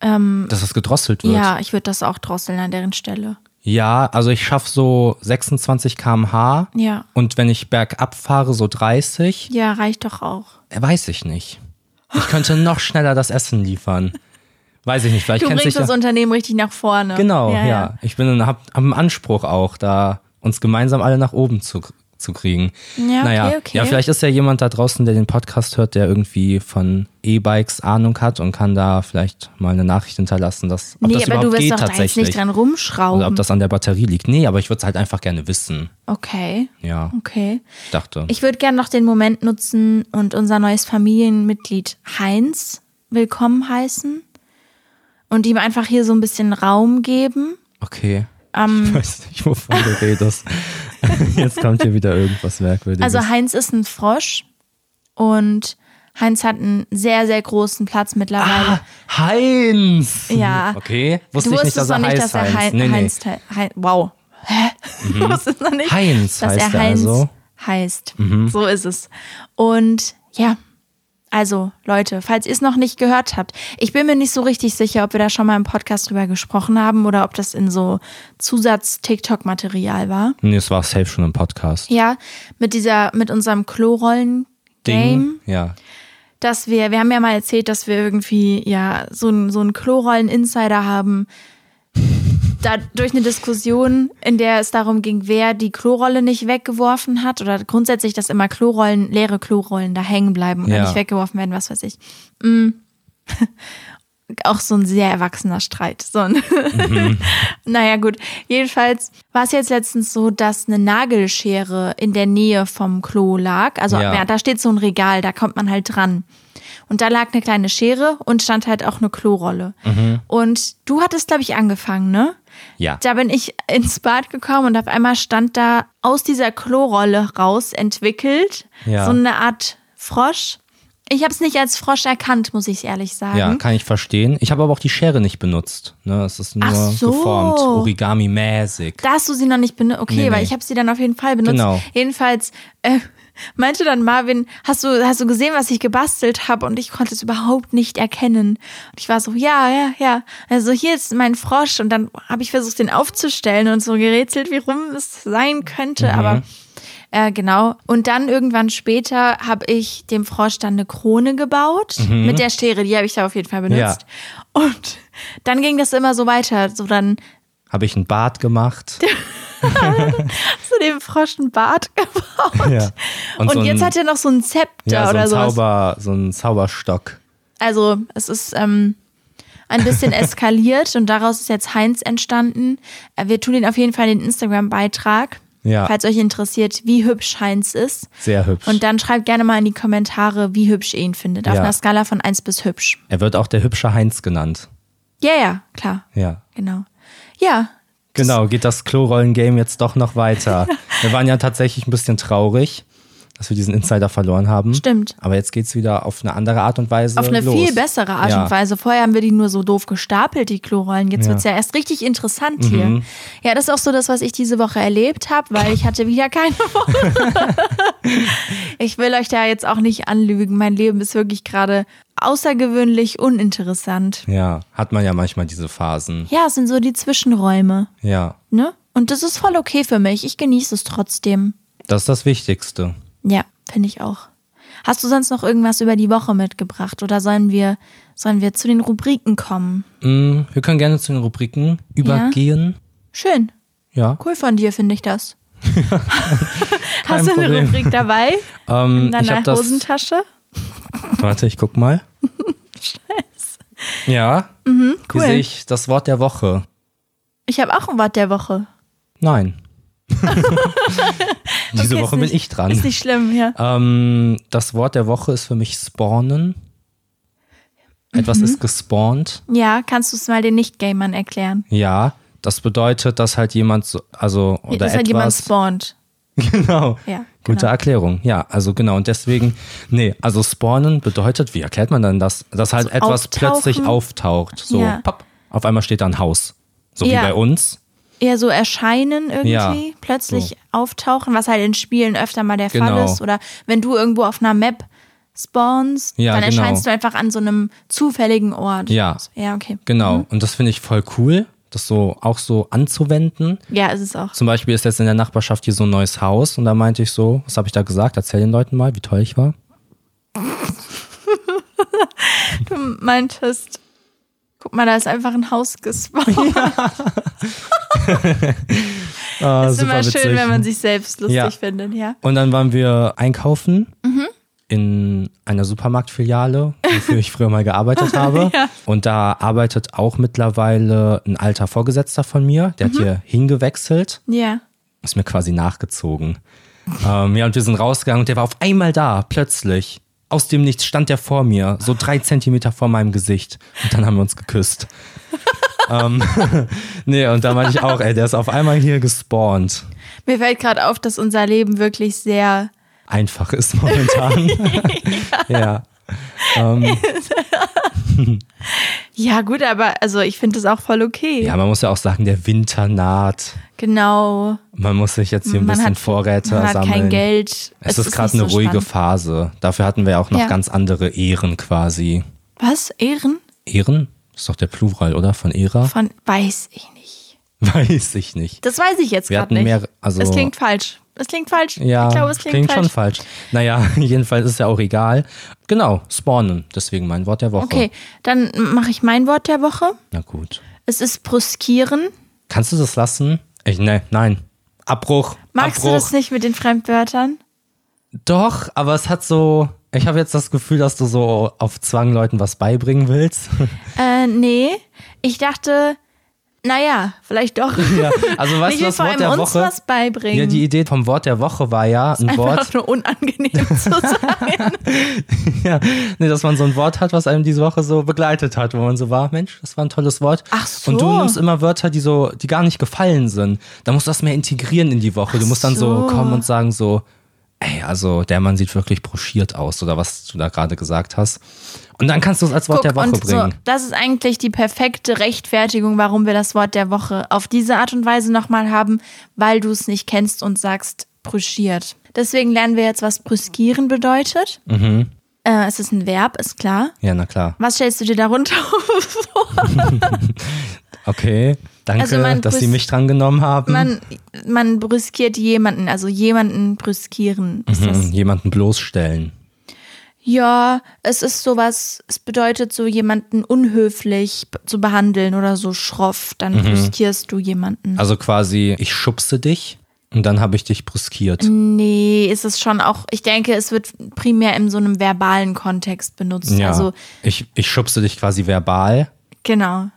Speaker 2: Dass es gedrosselt wird.
Speaker 1: Ja, ich würde das auch drosseln an deren Stelle.
Speaker 2: Ja, also ich schaffe so 26 km/h.
Speaker 1: Ja.
Speaker 2: Und wenn ich bergab fahre, so 30.
Speaker 1: Ja, reicht doch auch.
Speaker 2: Äh, Weiß ich nicht. Ich könnte noch schneller das Essen liefern. Weiß ich nicht, vielleicht
Speaker 1: Du
Speaker 2: kennst
Speaker 1: bringst
Speaker 2: dich
Speaker 1: das Unternehmen richtig nach vorne.
Speaker 2: Genau, ja. Ich bin hab, hab einen Anspruch auch, da uns gemeinsam alle nach oben zu, zu kriegen.
Speaker 1: Ja, okay,
Speaker 2: naja,
Speaker 1: okay.
Speaker 2: ja, vielleicht ist ja jemand da draußen, der den Podcast hört, der irgendwie von E-Bikes Ahnung hat und kann da vielleicht mal eine Nachricht hinterlassen, dass ob
Speaker 1: Nee,
Speaker 2: das
Speaker 1: aber
Speaker 2: überhaupt
Speaker 1: du wirst
Speaker 2: geht
Speaker 1: doch da jetzt
Speaker 2: tatsächlich.
Speaker 1: nicht dran
Speaker 2: Oder ob
Speaker 1: rumschrauben.
Speaker 2: das an der Batterie liegt. Nee, aber ich würde es halt einfach gerne wissen.
Speaker 1: Okay,
Speaker 2: Ja,
Speaker 1: okay.
Speaker 2: ich dachte.
Speaker 1: Ich würde gerne noch den Moment nutzen und unser neues Familienmitglied Heinz willkommen heißen und ihm einfach hier so ein bisschen Raum geben.
Speaker 2: okay. ich weiß nicht, wovon du redest. Jetzt kommt hier wieder irgendwas Merkwürdiges.
Speaker 1: Also Heinz ist ein Frosch und Heinz hat einen sehr, sehr großen Platz mittlerweile.
Speaker 2: ah, Heinz!
Speaker 1: Ja.
Speaker 2: Okay, wusste
Speaker 1: du wusstest
Speaker 2: ich nicht, dass
Speaker 1: noch
Speaker 2: er
Speaker 1: nicht, dass
Speaker 2: heißt
Speaker 1: er
Speaker 2: Heinz.
Speaker 1: Heinz,
Speaker 2: nee, Mhm. nee.
Speaker 1: Heinz, Heinz, wow. Hä? Du wusstest noch nicht,
Speaker 2: Heinz
Speaker 1: dass
Speaker 2: heißt Mhm.
Speaker 1: er
Speaker 2: er
Speaker 1: Heinz
Speaker 2: also?
Speaker 1: heißt. So ist es. Und ja, also Leute, falls ihr es noch nicht gehört habt, ich bin mir nicht so richtig sicher, ob wir da schon mal im Podcast drüber gesprochen haben oder ob das in so Zusatz-TikTok-Material war.
Speaker 2: Nee, es war safe schon im Podcast.
Speaker 1: Ja, mit dieser, mit unserem Klorollen-Game
Speaker 2: Ding. Ja.
Speaker 1: dass wir, wir haben ja mal erzählt, dass wir irgendwie ja so einen so einen Klorollen-Insider haben. Da durch eine Diskussion, in der es darum ging, wer die Klorolle nicht weggeworfen hat oder grundsätzlich, dass immer Klorollen, leere Klorollen da hängen bleiben oder
Speaker 2: Ja.
Speaker 1: nicht weggeworfen werden, was weiß ich. Mm. Auch so ein sehr erwachsener Streit. So ein
Speaker 2: Mhm.
Speaker 1: naja, gut. Jedenfalls war es jetzt letztens so, dass eine Nagelschere in der Nähe vom Klo lag. Also
Speaker 2: Ja.
Speaker 1: ja, da steht so ein Regal, da kommt man halt dran. Und da lag eine kleine Schere und stand halt auch eine Klorolle. Und du hattest, glaube ich, angefangen, ne?
Speaker 2: Mhm. Ja.
Speaker 1: Da bin ich ins Bad gekommen und auf einmal stand da aus dieser Klorolle raus entwickelt
Speaker 2: Ja.
Speaker 1: so eine Art Frosch. Ich habe es nicht als Frosch erkannt, muss ich ehrlich sagen.
Speaker 2: ja, kann ich verstehen. Ich habe aber auch die Schere nicht benutzt. Ne, es ist nur
Speaker 1: Ach so.
Speaker 2: geformt, Origami-mäßig.
Speaker 1: Da hast du sie noch nicht benutzt. Okay,
Speaker 2: Nee,
Speaker 1: weil
Speaker 2: nee.
Speaker 1: ich habe sie dann auf jeden Fall benutzt.
Speaker 2: Genau.
Speaker 1: Jedenfalls äh, meinte dann Marvin, hast du, hast du gesehen, was ich gebastelt habe? Und ich konnte es überhaupt nicht erkennen. Und ich war so, ja, ja, ja. Also hier ist mein Frosch. Und dann habe ich versucht, den aufzustellen und so gerätselt, wie rum es sein könnte.
Speaker 2: Mhm.
Speaker 1: Aber äh, genau. Und dann irgendwann später habe ich dem Frosch dann eine Krone gebaut
Speaker 2: Mhm.
Speaker 1: mit der Schere. Die habe ich da auf jeden Fall benutzt. Und dann ging das immer so weiter. So dann
Speaker 2: Habe ich einen Bart gemacht.
Speaker 1: du dem Frosch einen Bart gebaut?
Speaker 2: Ja.
Speaker 1: Und,
Speaker 2: so ein-
Speaker 1: jetzt hat er noch so ein Zepter
Speaker 2: ja, so ein
Speaker 1: oder sowas.
Speaker 2: Zauber, so ein Zauberstock.
Speaker 1: Also es ist ähm, ein bisschen eskaliert und daraus ist jetzt Heinz entstanden. Äh, Wir tun ihn auf jeden Fall in den Instagram-Beitrag,
Speaker 2: Ja.
Speaker 1: falls euch interessiert, wie hübsch Heinz ist.
Speaker 2: Sehr hübsch.
Speaker 1: Und dann schreibt gerne mal in die Kommentare, wie hübsch ihr ihn findet. Auf
Speaker 2: Ja.
Speaker 1: einer Skala von 1 bis hübsch.
Speaker 2: er wird auch der hübsche Heinz genannt.
Speaker 1: Ja, ja, klar.
Speaker 2: Ja.
Speaker 1: Genau. Ja,
Speaker 2: Genau, geht das Klorollen-Game jetzt doch noch weiter. wir waren ja tatsächlich ein bisschen traurig, dass wir diesen Insider verloren haben.
Speaker 1: Stimmt.
Speaker 2: Aber jetzt geht's wieder auf eine andere Art und Weise.
Speaker 1: auf eine
Speaker 2: äh, los.
Speaker 1: viel bessere Art
Speaker 2: ja.
Speaker 1: und Weise. Vorher haben wir die nur so doof gestapelt, die Klorollen. Jetzt wird's ja erst richtig interessant
Speaker 2: Mhm.
Speaker 1: hier. Ja, das ist auch so das, was ich diese Woche erlebt habe, weil ich hatte wieder keine Woche. ich will euch da jetzt auch nicht anlügen. Mein Leben ist wirklich gerade außergewöhnlich uninteressant.
Speaker 2: Ja, hat man ja manchmal diese Phasen.
Speaker 1: Ja, es sind so die Zwischenräume,
Speaker 2: Ja,
Speaker 1: ne? Und das ist voll okay für mich. Ich genieße es trotzdem.
Speaker 2: das ist das Wichtigste.
Speaker 1: Ja, finde ich auch. Hast du sonst noch irgendwas über die Woche mitgebracht oder sollen wir, sollen wir zu den Rubriken kommen?
Speaker 2: Mm, Wir können gerne zu den Rubriken übergehen.
Speaker 1: Schön.
Speaker 2: Ja.
Speaker 1: Cool von dir, finde ich das. Hast du eine
Speaker 2: Problem.
Speaker 1: Rubrik dabei?
Speaker 2: Ähm,
Speaker 1: In
Speaker 2: ich
Speaker 1: deiner
Speaker 2: hab das.
Speaker 1: Hosentasche?
Speaker 2: Warte, ich guck mal. Scheiße. Ja. Hier
Speaker 1: Mhm, cool.
Speaker 2: sehe ich das Wort der Woche.
Speaker 1: Ich habe auch ein Wort der Woche.
Speaker 2: Nein. Diese
Speaker 1: Okay,
Speaker 2: Woche
Speaker 1: ist
Speaker 2: bin
Speaker 1: nicht-
Speaker 2: ich dran.
Speaker 1: Ist nicht schlimm, ja.
Speaker 2: Ähm, das Wort der Woche ist für mich spawnen. Etwas
Speaker 1: Mhm.
Speaker 2: ist gespawnt.
Speaker 1: Ja, kannst du es mal den Nicht-Gamern erklären?
Speaker 2: Ja, das bedeutet, dass halt jemand so, also oder
Speaker 1: Dass
Speaker 2: etwas.
Speaker 1: halt jemand spawnt.
Speaker 2: genau.
Speaker 1: Ja,
Speaker 2: Gute
Speaker 1: genau.
Speaker 2: Erklärung. Ja, also genau und deswegen nee, also spawnen bedeutet, wie erklärt man dann das, dass halt etwas
Speaker 1: auftauchen.
Speaker 2: plötzlich auftaucht, so
Speaker 1: Ja.
Speaker 2: papp. Auf einmal steht da ein Haus, so
Speaker 1: Ja.
Speaker 2: wie bei uns.
Speaker 1: Eher so erscheinen irgendwie,
Speaker 2: Ja,
Speaker 1: plötzlich
Speaker 2: so.
Speaker 1: auftauchen, was halt in Spielen öfter mal der Fall
Speaker 2: Genau.
Speaker 1: ist. Oder wenn du irgendwo auf einer Map spawnst,
Speaker 2: Ja,
Speaker 1: dann
Speaker 2: genau.
Speaker 1: erscheinst du einfach an so einem zufälligen Ort.
Speaker 2: Ja.
Speaker 1: Ja, okay.
Speaker 2: Genau und das finde ich voll cool, das so auch so anzuwenden.
Speaker 1: Ja, ist es auch.
Speaker 2: Zum Beispiel ist jetzt in der Nachbarschaft hier so ein neues Haus und da meinte ich so, was habe ich da gesagt? Erzähl den Leuten mal, wie toll ich war.
Speaker 1: Du meintest, guck mal, da ist einfach ein Haus gespawnt.
Speaker 2: Ah,
Speaker 1: ist immer schön, wenn man sich selbst lustig
Speaker 2: Ja.
Speaker 1: findet, ja.
Speaker 2: Und dann waren wir einkaufen in einer Supermarktfiliale, wofür ich früher mal gearbeitet habe. Und da arbeitet auch mittlerweile ein alter Vorgesetzter von mir, der hat hier hingewechselt,
Speaker 1: Ja.
Speaker 2: ist mir quasi nachgezogen. ähm, ja, und wir sind rausgegangen und der war auf einmal da, plötzlich. Aus dem Nichts stand der vor mir, so drei Zentimeter vor meinem Gesicht. Und dann haben wir uns geküsst. ähm, nee, und da meinte ich auch, ey, der ist auf einmal hier gespawnt.
Speaker 1: Mir fällt gerade auf, dass unser Leben wirklich sehr.
Speaker 2: einfach ist momentan. ja.
Speaker 1: Ja, gut, aber also ich finde das auch voll okay.
Speaker 2: ja, man muss ja auch sagen, der Winter naht.
Speaker 1: Genau.
Speaker 2: Man muss sich jetzt hier ein
Speaker 1: Man
Speaker 2: bisschen
Speaker 1: hat,
Speaker 2: Vorräte
Speaker 1: man hat
Speaker 2: sammeln.
Speaker 1: kein Geld.
Speaker 2: Es, ist gerade
Speaker 1: nicht
Speaker 2: eine
Speaker 1: so
Speaker 2: ruhige
Speaker 1: spannend.
Speaker 2: Phase. Dafür hatten wir ja auch noch
Speaker 1: Ja.
Speaker 2: ganz andere Ehren quasi.
Speaker 1: Was? Ehren?
Speaker 2: Ehren? Ist doch der Plural, oder? Von Ära?
Speaker 1: Von weiß ich nicht.
Speaker 2: Weiß ich nicht.
Speaker 1: Das weiß ich jetzt
Speaker 2: Wir
Speaker 1: gerade
Speaker 2: hatten
Speaker 1: nicht.
Speaker 2: mehr, also
Speaker 1: es klingt falsch. Es klingt falsch.
Speaker 2: ja,
Speaker 1: ich glaube, es klingt, falsch.
Speaker 2: schon falsch. Naja, jedenfalls ist ja auch egal. Genau, spawnen. Deswegen mein Wort der Woche.
Speaker 1: Okay, dann mache ich mein Wort der Woche.
Speaker 2: Na gut.
Speaker 1: Es ist bruskieren.
Speaker 2: Kannst du das lassen? Ich, ne, nein. Abbruch.
Speaker 1: Magst
Speaker 2: Abbruch.
Speaker 1: du das nicht mit den Fremdwörtern?
Speaker 2: Doch, aber es hat so. Ich habe jetzt das Gefühl, dass du so auf Zwang Leuten was beibringen willst.
Speaker 1: Äh, nee. Ich dachte, naja, vielleicht doch.
Speaker 2: Ja, also weißt
Speaker 1: ich
Speaker 2: du,
Speaker 1: will
Speaker 2: das
Speaker 1: vor
Speaker 2: Wort
Speaker 1: allem
Speaker 2: der
Speaker 1: uns
Speaker 2: Woche.
Speaker 1: was beibringen.
Speaker 2: ja, die Idee vom Wort der Woche war ja ein
Speaker 1: Einfach
Speaker 2: Wort,
Speaker 1: nur unangenehm zu sein.
Speaker 2: ja, nee, dass man so ein Wort hat, was einem diese Woche so begleitet hat, wo man so war, Mensch, das war ein tolles Wort.
Speaker 1: Ach so.
Speaker 2: Und du nimmst immer Wörter, die so, die gar nicht gefallen sind. Da musst du das mehr integrieren in die Woche. du musst dann so
Speaker 1: so.
Speaker 2: kommen und sagen so, ey, also der Mann sieht wirklich broschiert aus oder was du da gerade gesagt hast. Und dann kannst du es als Wort der Woche
Speaker 1: und
Speaker 2: bringen.
Speaker 1: So, das ist eigentlich die perfekte Rechtfertigung, warum wir das Wort der Woche auf diese Art und Weise nochmal haben, weil du es nicht kennst und sagst, brüschiert. Deswegen lernen wir jetzt, was brüskieren bedeutet.
Speaker 2: Mhm.
Speaker 1: Äh, es ist ein Verb, ist klar.
Speaker 2: Ja, na klar.
Speaker 1: Was stellst du dir darunter vor?
Speaker 2: Okay, danke,
Speaker 1: Also man
Speaker 2: dass Sie
Speaker 1: brüs-
Speaker 2: mich dran genommen haben.
Speaker 1: Man, man brüskiert jemanden, also jemanden brüskieren ist das.
Speaker 2: Mhm, Jemanden bloßstellen.
Speaker 1: Ja, es ist sowas, es bedeutet so jemanden unhöflich b- zu
Speaker 2: Mhm.
Speaker 1: behandeln oder so schroff, dann brüskierst du jemanden.
Speaker 2: Also quasi, ich schubse dich. Und dann habe ich dich brüskiert.
Speaker 1: Mhm, Nee, ist es schon auch, ich denke, es wird primär in so einem verbalen Kontext benutzt.
Speaker 2: Ja.
Speaker 1: Also,
Speaker 2: ich, ich schubste dich quasi verbal.
Speaker 1: genau.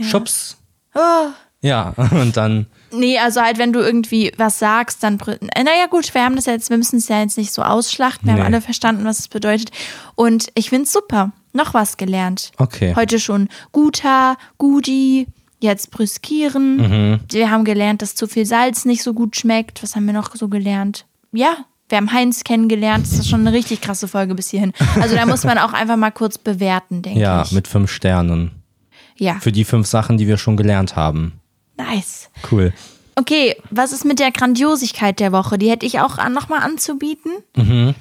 Speaker 2: Schubs.
Speaker 1: Ah.
Speaker 2: Ja, und dann.
Speaker 1: Nee, also halt, wenn du irgendwie was sagst, dann. brü- äh, Naja, gut, wir haben das ja jetzt, wir müssen es ja jetzt nicht so ausschlachten. Wir
Speaker 2: Nee.
Speaker 1: haben alle verstanden, was es bedeutet. Und ich finde es super. Noch was gelernt.
Speaker 2: Okay.
Speaker 1: Heute schon guter, gudi, jetzt brüskieren.
Speaker 2: Mhm.
Speaker 1: Wir haben gelernt, dass zu viel Salz nicht so gut schmeckt. Was haben wir noch so gelernt? Ja, wir haben Heinz kennengelernt. Das ist schon eine richtig krasse Folge bis hierhin. Also da muss man auch einfach mal kurz bewerten, denke
Speaker 2: Ja,
Speaker 1: ich.
Speaker 2: mit fünf Sternen.
Speaker 1: Ja,
Speaker 2: Für die fünf Sachen, die wir schon gelernt haben.
Speaker 1: nice.
Speaker 2: Cool.
Speaker 1: Okay, was ist mit der Grandiosigkeit der Woche? Die hätte ich auch an, nochmal anzubieten.
Speaker 2: Mhm.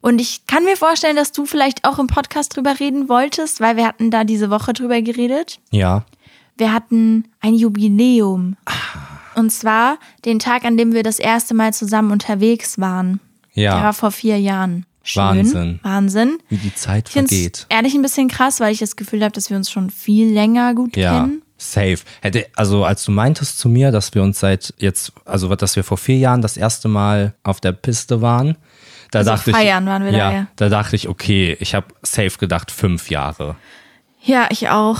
Speaker 1: Und ich kann mir vorstellen, dass du vielleicht auch im Podcast drüber reden wolltest, weil wir hatten da diese Woche drüber geredet.
Speaker 2: Ja.
Speaker 1: Wir hatten ein Jubiläum.
Speaker 2: Ah.
Speaker 1: Und zwar den Tag, an dem wir das erste Mal zusammen unterwegs waren. Der
Speaker 2: Ja.
Speaker 1: war vor vier Jahren. Schön.
Speaker 2: Wahnsinn.
Speaker 1: Wahnsinn.
Speaker 2: Wie die Zeit
Speaker 1: Ich finde
Speaker 2: vergeht.
Speaker 1: es ehrlich ein bisschen krass, weil ich das Gefühl habe, dass wir uns schon viel länger gut
Speaker 2: Ja.
Speaker 1: kennen.
Speaker 2: Safe. Hätte, also als du meintest zu mir, dass wir uns seit jetzt, also dass wir vor vier Jahren das erste Mal auf der Piste waren, da
Speaker 1: Also
Speaker 2: dachte
Speaker 1: feiern
Speaker 2: ich.
Speaker 1: waren wir da,
Speaker 2: ja,
Speaker 1: ja.
Speaker 2: Da dachte ich, okay, ich habe safe gedacht, fünf Jahre.
Speaker 1: Ja, ich auch.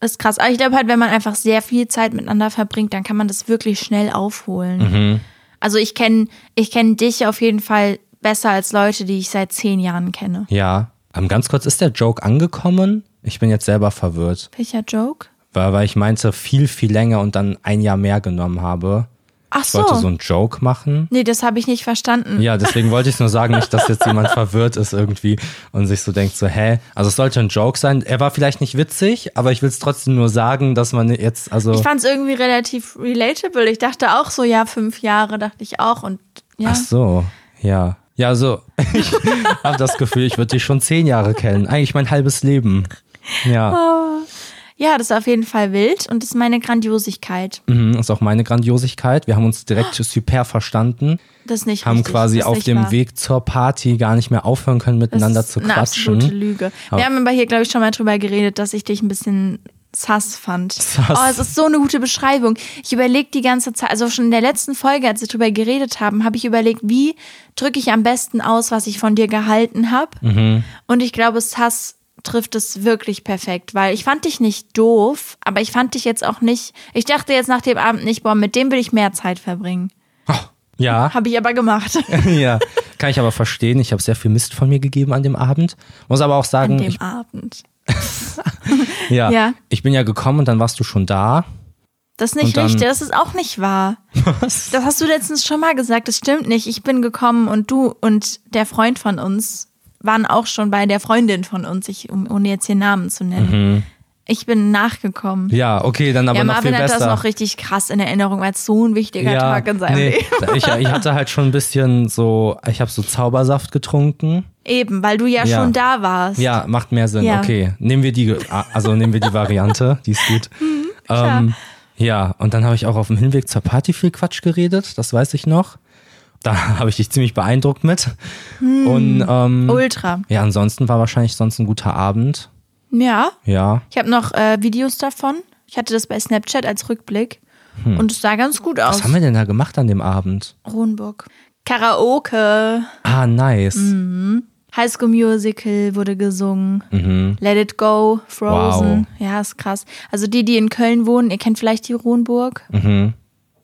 Speaker 1: Ist krass. Aber ich glaube halt, wenn man einfach sehr viel Zeit miteinander verbringt, dann kann man das wirklich schnell aufholen.
Speaker 2: Mhm.
Speaker 1: Also ich kenne ich kenn dich auf jeden Fall besser als Leute, die ich seit zehn Jahren kenne.
Speaker 2: Ja. Ähm, ganz kurz, ist der Joke angekommen? Ich bin jetzt selber verwirrt,
Speaker 1: Welcher Joke?
Speaker 2: weil, weil ich meinte, viel, viel länger und dann ein Jahr mehr genommen habe.
Speaker 1: Ach
Speaker 2: Ich wollte so
Speaker 1: so.
Speaker 2: einen Joke machen.
Speaker 1: Nee, das habe ich nicht verstanden.
Speaker 2: Ja, deswegen wollte ich nur sagen, nicht, dass jetzt jemand verwirrt ist irgendwie und sich so denkt, so, hä? Also es sollte ein Joke sein. Er war vielleicht nicht witzig, aber ich will es trotzdem nur sagen, dass man jetzt, also.
Speaker 1: Ich fand es irgendwie relativ relatable. Ich dachte auch so, ja, fünf Jahre dachte ich auch. Und ja,
Speaker 2: Ach so, ja. Ja, also ich habe das Gefühl, ich würde dich schon zehn Jahre kennen. Eigentlich mein halbes Leben. Ja,
Speaker 1: ja das ist auf jeden Fall wild und das ist meine Grandiosigkeit.
Speaker 2: mhm, ist auch meine Grandiosigkeit. Wir haben uns direkt super verstanden,
Speaker 1: Das ist nicht
Speaker 2: haben
Speaker 1: richtig,
Speaker 2: quasi
Speaker 1: das ist
Speaker 2: auf
Speaker 1: nicht
Speaker 2: dem
Speaker 1: wahr.
Speaker 2: Weg zur Party gar nicht mehr aufhören können, miteinander
Speaker 1: das ist
Speaker 2: zu
Speaker 1: eine
Speaker 2: quatschen.
Speaker 1: absolute Lüge.
Speaker 2: Aber-
Speaker 1: Wir haben aber hier, glaube ich, schon mal drüber geredet, dass ich dich ein bisschen sass fand.
Speaker 2: Sass.
Speaker 1: Oh, es ist so eine gute Beschreibung. Ich überlege die ganze Zeit, also schon in der letzten Folge, als wir drüber geredet haben, habe ich überlegt, wie drücke ich am besten aus, was ich von dir gehalten habe.
Speaker 2: Mhm.
Speaker 1: Und ich glaube, sass trifft es wirklich perfekt, weil ich fand dich nicht doof, aber ich fand dich jetzt auch nicht, ich dachte jetzt nach dem Abend nicht, boah, mit dem will ich mehr Zeit verbringen.
Speaker 2: Ja.
Speaker 1: Habe ich aber gemacht.
Speaker 2: ja, kann ich aber verstehen. Ich habe sehr viel Mist von mir gegeben an dem Abend. Muss aber auch
Speaker 1: An
Speaker 2: sagen,
Speaker 1: dem
Speaker 2: Mhm. ich,
Speaker 1: Abend.
Speaker 2: ja,
Speaker 1: Ja.
Speaker 2: ich bin ja gekommen und dann warst du schon da.
Speaker 1: Das ist nicht
Speaker 2: Und dann-
Speaker 1: richtig, das ist auch nicht wahr.
Speaker 2: Was?
Speaker 1: Das hast du letztens schon mal gesagt, das stimmt nicht. Ich bin gekommen und du und der Freund von uns waren auch schon bei der Freundin von uns, ich, um, ohne jetzt hier Namen zu nennen. Ich bin nachgekommen.
Speaker 2: Mhm. Ja, okay, dann aber
Speaker 1: ja,
Speaker 2: noch viel
Speaker 1: Marvin hat
Speaker 2: besser.
Speaker 1: das noch richtig krass in Erinnerung, weil es so ein wichtiger
Speaker 2: ja,
Speaker 1: Tag in seinem
Speaker 2: nee,
Speaker 1: Leben.
Speaker 2: ich, ich hatte halt schon ein bisschen so, ich habe so Zaubersaft getrunken.
Speaker 1: Eben, weil du ja,
Speaker 2: Ja.
Speaker 1: schon da warst.
Speaker 2: Ja, macht mehr Sinn.
Speaker 1: Ja.
Speaker 2: Okay, nehmen wir die, also nehmen wir die Variante, die ist gut.
Speaker 1: Mhm,
Speaker 2: ähm, ja, und dann habe ich auch auf dem Hinweg zur Party viel Quatsch geredet, das weiß ich noch. Da habe ich dich ziemlich beeindruckt mit.
Speaker 1: Mhm.
Speaker 2: Und ähm,
Speaker 1: Ultra.
Speaker 2: Ja, ansonsten war wahrscheinlich sonst ein guter Abend.
Speaker 1: Ja.
Speaker 2: Ja,
Speaker 1: Ich habe noch äh, Videos davon. Ich hatte das bei Snapchat als Rückblick. Und es sah ganz gut aus.
Speaker 2: Hm. was haben wir denn da gemacht an dem Abend?
Speaker 1: Ronburg. Karaoke.
Speaker 2: Ah, nice.
Speaker 1: Mhm. High School Musical wurde gesungen. Let It Go, Frozen. Ja, ist krass. Also die, die in Köln wohnen, ihr kennt vielleicht die Ronburg.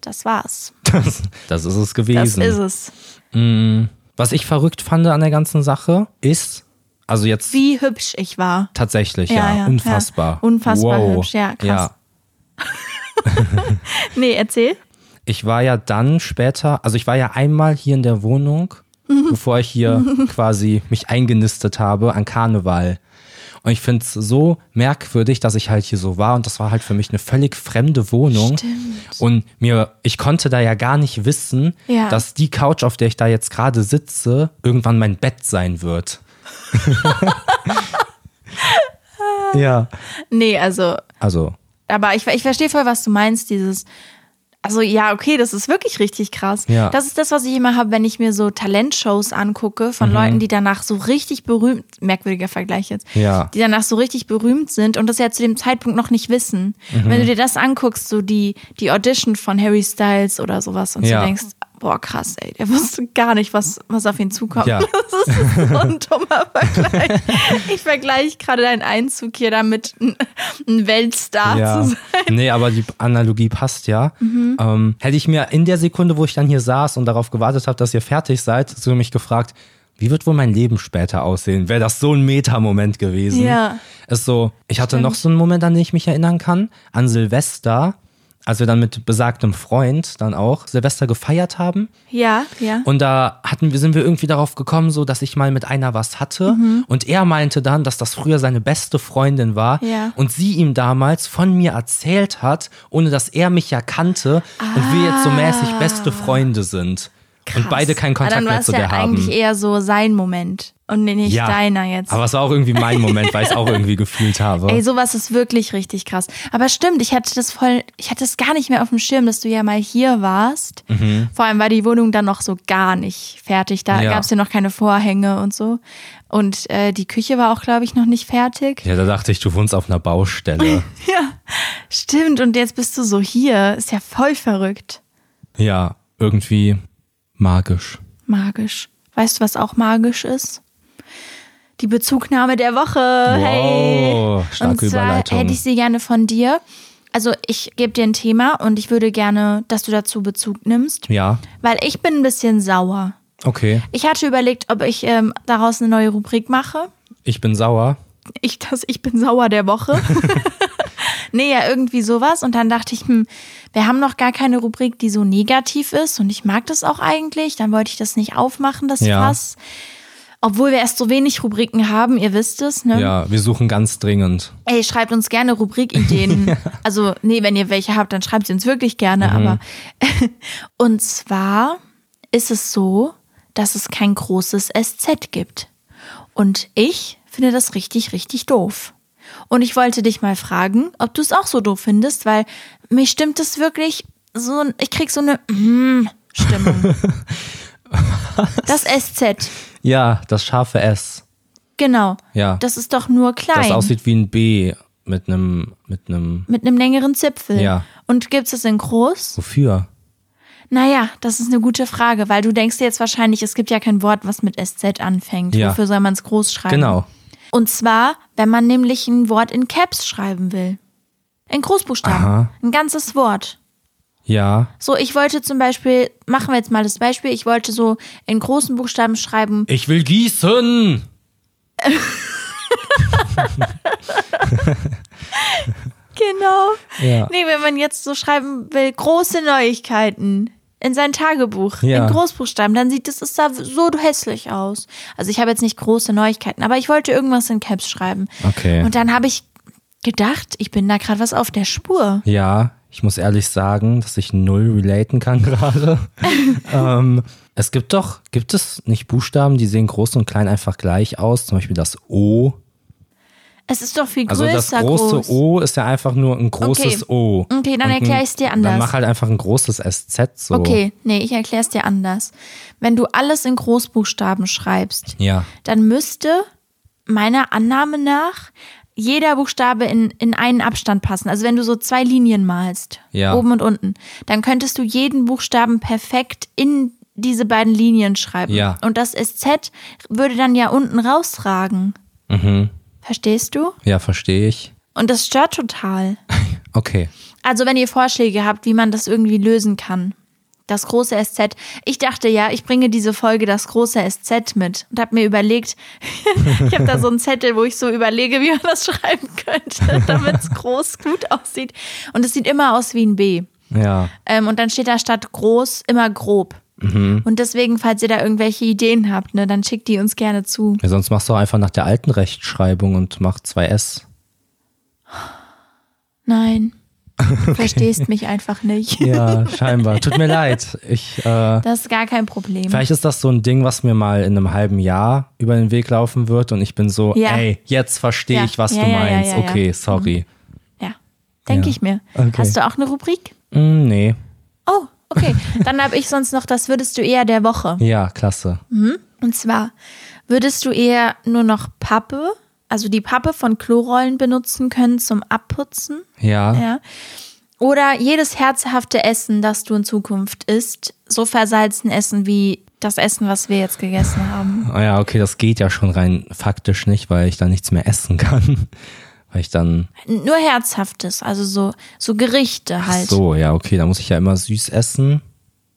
Speaker 1: Das war's.
Speaker 2: Das, das ist es
Speaker 1: Das
Speaker 2: gewesen. Mhm.
Speaker 1: ist es.
Speaker 2: Was ich verrückt fand an der ganzen Sache ist, also jetzt
Speaker 1: Wie hübsch ich war.
Speaker 2: tatsächlich,
Speaker 1: Ja,
Speaker 2: ja,
Speaker 1: ja,
Speaker 2: unfassbar.
Speaker 1: ja. Unfassbar
Speaker 2: wow.
Speaker 1: hübsch, ja, krass.
Speaker 2: Ja.
Speaker 1: Nee, erzähl.
Speaker 2: Ich war ja dann später, also ich war ja einmal hier in der Wohnung, bevor ich hier quasi mich eingenistet habe an Karneval. Und ich finde es so merkwürdig, dass ich halt hier so war und das war halt für mich eine völlig fremde Wohnung. Und mir, ich konnte da ja gar nicht wissen,
Speaker 1: Ja.
Speaker 2: dass die Couch, auf der ich da jetzt gerade sitze, irgendwann mein Bett sein wird. ja.
Speaker 1: Nee, also,
Speaker 2: Also,
Speaker 1: also, aber ich, ich verstehe voll, was du meinst, dieses also ja, okay, das ist wirklich richtig krass.
Speaker 2: Ja.
Speaker 1: Das ist das, was ich immer habe, wenn ich mir so Talentshows angucke
Speaker 2: Mhm.
Speaker 1: von Leuten, die danach so richtig berühmt, merkwürdiger Vergleich jetzt,
Speaker 2: Ja.
Speaker 1: die danach so richtig berühmt sind und das ja zu dem Zeitpunkt noch nicht wissen.
Speaker 2: Mhm.
Speaker 1: Wenn du dir das anguckst, so die, die Audition von Harry Styles oder sowas und
Speaker 2: Ja.
Speaker 1: du denkst, boah krass, ey, der wusste gar nicht, was, was auf ihn zukommt.
Speaker 2: Ja.
Speaker 1: Das ist so ein dummer Vergleich. Ich vergleiche gerade deinen Einzug hier damit, ein ein Weltstar
Speaker 2: Ja.
Speaker 1: zu sein. Mhm.
Speaker 2: Nee, aber die Analogie passt ja. Ähm, hätte ich mir in der Sekunde, wo ich dann hier saß und darauf gewartet habe, dass ihr fertig seid, so mich gefragt, wie wird wohl mein Leben später aussehen? Wäre das so ein Meta-Moment gewesen?
Speaker 1: Ja.
Speaker 2: Ist so, ich hatte noch so einen Moment, an den ich mich erinnern kann, an Silvester, als wir dann mit besagtem Freund dann auch Silvester gefeiert haben.
Speaker 1: Ja, ja.
Speaker 2: Und da hatten wir, sind wir irgendwie darauf gekommen, so dass ich mal mit einer was hatte.
Speaker 1: Mhm.
Speaker 2: Und er meinte dann, dass das früher seine beste Freundin war
Speaker 1: Ja.
Speaker 2: und sie ihm damals von mir erzählt hat, ohne dass er mich ja kannte und wir jetzt so mäßig beste Freunde sind. Und beide keinen
Speaker 1: Ah,
Speaker 2: Kontakt
Speaker 1: dann
Speaker 2: mehr
Speaker 1: war's
Speaker 2: zu der
Speaker 1: ja
Speaker 2: haben.
Speaker 1: eigentlich eher so sein Moment und nicht deiner jetzt.
Speaker 2: Aber es war auch irgendwie mein Moment, weil ich es auch irgendwie gefühlt habe.
Speaker 1: Ey, sowas ist wirklich richtig krass. Aber stimmt, ich hatte das voll, ich hatte es gar nicht mehr auf dem Schirm, dass du ja mal hier warst. Vor allem war die Wohnung dann noch so gar nicht fertig. Da
Speaker 2: Mhm. Ja.
Speaker 1: gab es ja noch keine Vorhänge und so. Und äh, die Küche war auch, glaube ich, noch nicht fertig.
Speaker 2: ja, da dachte ich, du wohnst auf einer Baustelle.
Speaker 1: Stimmt, und jetzt bist du so hier. Ist ja voll verrückt.
Speaker 2: ja, irgendwie magisch.
Speaker 1: Magisch. Weißt du, was auch magisch ist? Die Bezugnahme der Woche.
Speaker 2: Wow,
Speaker 1: hey.
Speaker 2: starke
Speaker 1: und zwar
Speaker 2: Überleitung.
Speaker 1: hätte ich sie gerne von dir. Also ich gebe dir ein Thema und ich würde gerne, dass du dazu Bezug nimmst,
Speaker 2: Ja,
Speaker 1: weil ich bin ein bisschen sauer.
Speaker 2: okay.
Speaker 1: Ich hatte überlegt, ob ich ähm, daraus eine neue Rubrik mache.
Speaker 2: Ich bin sauer.
Speaker 1: Ich, das, ich bin sauer der Woche. nee, ja, irgendwie sowas. Und dann dachte ich, hm, wir haben noch gar keine Rubrik, die so negativ ist. Und ich mag das auch eigentlich. Dann wollte ich das nicht aufmachen, das
Speaker 2: Ja.
Speaker 1: Fass. Obwohl wir erst so wenig Rubriken haben, ihr wisst es, ne?
Speaker 2: Ja, wir suchen ganz dringend.
Speaker 1: Ey, schreibt uns gerne Rubrikideen. also, nee, wenn ihr welche habt, dann schreibt sie uns wirklich gerne.
Speaker 2: Mhm.
Speaker 1: Aber und zwar ist es so, dass es kein großes SZ gibt. Und ich finde das richtig, richtig doof. Und ich wollte dich mal fragen, ob du es auch so doof findest, weil mich stimmt es wirklich so, ein- ich krieg so eine mm Stimmung. das SZ,
Speaker 2: Ja, das scharfe S.
Speaker 1: genau.
Speaker 2: Ja.
Speaker 1: Das ist doch nur klein.
Speaker 2: Das aussieht wie ein B mit einem, mit einem,
Speaker 1: Mit einem längeren Zipfel.
Speaker 2: Ja.
Speaker 1: Und gibt es das in groß?
Speaker 2: wofür?
Speaker 1: Naja, das ist eine gute Frage, weil du denkst dir jetzt wahrscheinlich, es gibt ja kein Wort, was mit SZ anfängt.
Speaker 2: Ja.
Speaker 1: Wofür soll man es groß schreiben?
Speaker 2: Genau.
Speaker 1: Und zwar, wenn man nämlich ein Wort in Caps schreiben will. In Großbuchstaben.
Speaker 2: Aha.
Speaker 1: Ein ganzes Wort.
Speaker 2: Ja.
Speaker 1: So, ich wollte zum Beispiel, machen wir jetzt mal das Beispiel, ich wollte so in großen Buchstaben schreiben,
Speaker 2: Ich will gießen!
Speaker 1: genau.
Speaker 2: Ja.
Speaker 1: Nee, wenn man jetzt so schreiben will, große Neuigkeiten in sein Tagebuch,
Speaker 2: Ja.
Speaker 1: in Großbuchstaben, dann sieht das, es da so hässlich aus. Also ich habe jetzt nicht große Neuigkeiten, aber ich wollte irgendwas in Caps schreiben.
Speaker 2: Okay.
Speaker 1: Und dann habe ich gedacht, ich bin da gerade was auf der Spur.
Speaker 2: Ja, ich muss ehrlich sagen, dass ich null relaten kann gerade. ähm, es gibt doch, gibt es nicht Buchstaben, die sehen groß und klein einfach gleich aus? Zum Beispiel das O.
Speaker 1: Es ist doch viel
Speaker 2: Also
Speaker 1: größer
Speaker 2: das große
Speaker 1: groß.
Speaker 2: O ist ja einfach nur ein großes
Speaker 1: Okay.
Speaker 2: O.
Speaker 1: Okay, dann
Speaker 2: Und ein-
Speaker 1: erkläre ich es dir
Speaker 2: Dann mach
Speaker 1: anders.
Speaker 2: halt einfach ein großes SZ so.
Speaker 1: Okay, nee, ich erkläre es dir anders. Wenn du alles in Großbuchstaben schreibst,
Speaker 2: Ja.
Speaker 1: dann müsste meiner Annahme nach jeder Buchstabe in, in einen Abstand passen. Also wenn du so zwei Linien malst,
Speaker 2: Ja.
Speaker 1: oben und unten, dann könntest du jeden Buchstaben perfekt in diese beiden Linien schreiben.
Speaker 2: Ja.
Speaker 1: Und das SZ würde dann ja unten rausragen.
Speaker 2: Mhm.
Speaker 1: Verstehst du?
Speaker 2: Ja, verstehe ich.
Speaker 1: Und das stört total.
Speaker 2: Okay.
Speaker 1: Also wenn ihr Vorschläge habt, wie man das irgendwie lösen kann. Das große SZ. Ich dachte ja, ich bringe diese Folge das große SZ mit und habe mir überlegt, ich habe da so einen Zettel, wo ich so überlege, wie man das schreiben könnte, damit es groß gut aussieht. Und es sieht immer aus wie ein B.
Speaker 2: Ja.
Speaker 1: Ähm, und dann steht da statt groß immer grob. Und deswegen, falls ihr da irgendwelche Ideen habt, ne, dann schickt die uns gerne zu.
Speaker 2: Ja, sonst machst du einfach nach der alten Rechtschreibung und mach 2S.
Speaker 1: Nein, verstehst mich einfach nicht.
Speaker 2: Ja, scheinbar. Tut mir leid. Ich, äh,
Speaker 1: Das ist gar kein Problem.
Speaker 2: vielleicht ist das so ein Ding, was mir mal in einem halben Jahr über den Weg laufen wird und ich bin so,
Speaker 1: Ja.
Speaker 2: ey, jetzt verstehe
Speaker 1: Ja.
Speaker 2: ich, was
Speaker 1: Ja,
Speaker 2: du
Speaker 1: ja, ja,
Speaker 2: meinst.
Speaker 1: ja, ja.
Speaker 2: Okay, sorry.
Speaker 1: Ja, denke
Speaker 2: Ja.
Speaker 1: ich mir.
Speaker 2: Okay.
Speaker 1: Hast du auch eine Rubrik?
Speaker 2: Mm, nee.
Speaker 1: Oh, okay. Dann habe ich sonst noch das Würdest du eher der Woche.
Speaker 2: Ja, klasse.
Speaker 1: Und zwar, würdest du eher nur noch Pappe, also die Pappe von Klorollen benutzen können zum Abputzen?
Speaker 2: Ja.
Speaker 1: Ja. Oder jedes herzhafte Essen, das du in Zukunft isst, so versalzen essen wie das Essen, was wir jetzt gegessen haben.
Speaker 2: Ah ja, okay, das geht ja schon rein faktisch nicht, weil ich dann nichts mehr essen kann. Weil ich dann.
Speaker 1: Nur herzhaftes, also so, so Gerichte
Speaker 2: Ach
Speaker 1: halt.
Speaker 2: so, ja, okay, da muss ich ja immer süß essen.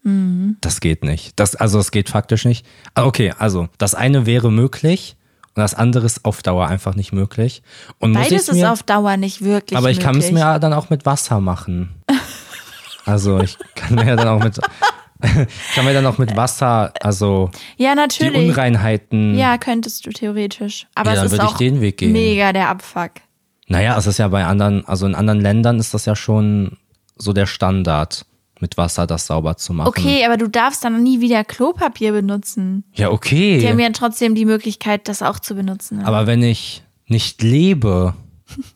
Speaker 1: Mhm.
Speaker 2: Das geht nicht. Das, also, das geht faktisch nicht. Ah, Okay, also, das eine wäre möglich und das andere ist auf Dauer einfach nicht möglich. Und muss ich's
Speaker 1: Beides ist
Speaker 2: mir,
Speaker 1: auf Dauer nicht wirklich.
Speaker 2: Aber ich kann es
Speaker 1: möglich.
Speaker 2: mir dann auch mit Wasser machen. Also, ich kann mir ja dann auch mit. Ich kann mir dann auch mit Wasser, also
Speaker 1: Ja,
Speaker 2: die
Speaker 1: natürlich.
Speaker 2: Unreinheiten.
Speaker 1: ja, könntest du theoretisch. Aber
Speaker 2: Hm. Ja, dann
Speaker 1: es ist
Speaker 2: würde ich
Speaker 1: auch
Speaker 2: den Weg gehen.
Speaker 1: mega der Abfuck.
Speaker 2: Naja, es ist ja bei anderen, also in anderen Ländern ist das ja schon so der Standard, mit Wasser das sauber zu machen.
Speaker 1: Okay, aber du darfst dann nie wieder Klopapier benutzen.
Speaker 2: Ja, okay.
Speaker 1: Die haben ja trotzdem die Möglichkeit, das auch zu benutzen.
Speaker 2: Mhm. Aber wenn ich nicht lebe,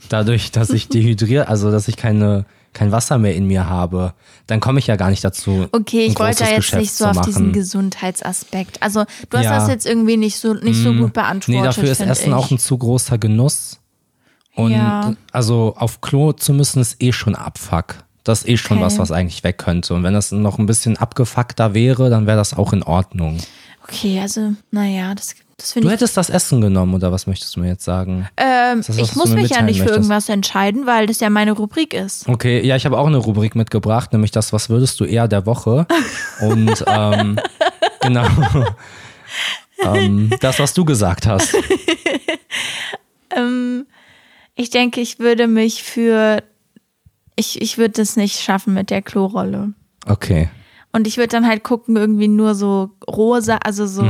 Speaker 2: dadurch, dass ich dehydriere, also dass ich keine, kein Wasser mehr in mir habe, dann komme ich ja gar nicht dazu.
Speaker 1: Okay,
Speaker 2: ein
Speaker 1: ich wollte
Speaker 2: großes
Speaker 1: da jetzt
Speaker 2: Geschäft
Speaker 1: nicht so
Speaker 2: zu
Speaker 1: auf diesen
Speaker 2: machen.
Speaker 1: Gesundheitsaspekt. Also du hast
Speaker 2: Ja. Hm.
Speaker 1: das jetzt irgendwie nicht so nicht so gut beantwortet.
Speaker 2: Nee, dafür ist
Speaker 1: find
Speaker 2: Essen
Speaker 1: ich.
Speaker 2: auch ein zu großer Genuss. Und
Speaker 1: Ja.
Speaker 2: also auf Klo zu müssen, ist eh schon Abfuck. Das ist eh schon
Speaker 1: Okay.
Speaker 2: was, was eigentlich weg könnte. Und wenn das noch ein bisschen abgefuckter wäre, dann wäre das auch in Ordnung.
Speaker 1: Okay, also naja, das, das
Speaker 2: Du
Speaker 1: finde ich.
Speaker 2: hättest das Essen genommen, oder was möchtest du mir jetzt sagen?
Speaker 1: Ähm,
Speaker 2: das, was
Speaker 1: ich
Speaker 2: du
Speaker 1: muss
Speaker 2: mir
Speaker 1: mich ja
Speaker 2: mitteilen
Speaker 1: nicht für
Speaker 2: möchtest?
Speaker 1: irgendwas entscheiden, weil das ja meine Rubrik ist.
Speaker 2: Okay, ja, ich habe auch eine Rubrik mitgebracht, nämlich das, was würdest du eher der Woche? Und ähm, genau. ähm, das, was du gesagt hast.
Speaker 1: Ich denke, ich würde mich für ich ich würde das nicht schaffen mit der Klorolle.
Speaker 2: Okay.
Speaker 1: Und ich würde dann halt gucken, irgendwie nur so rosa, also so,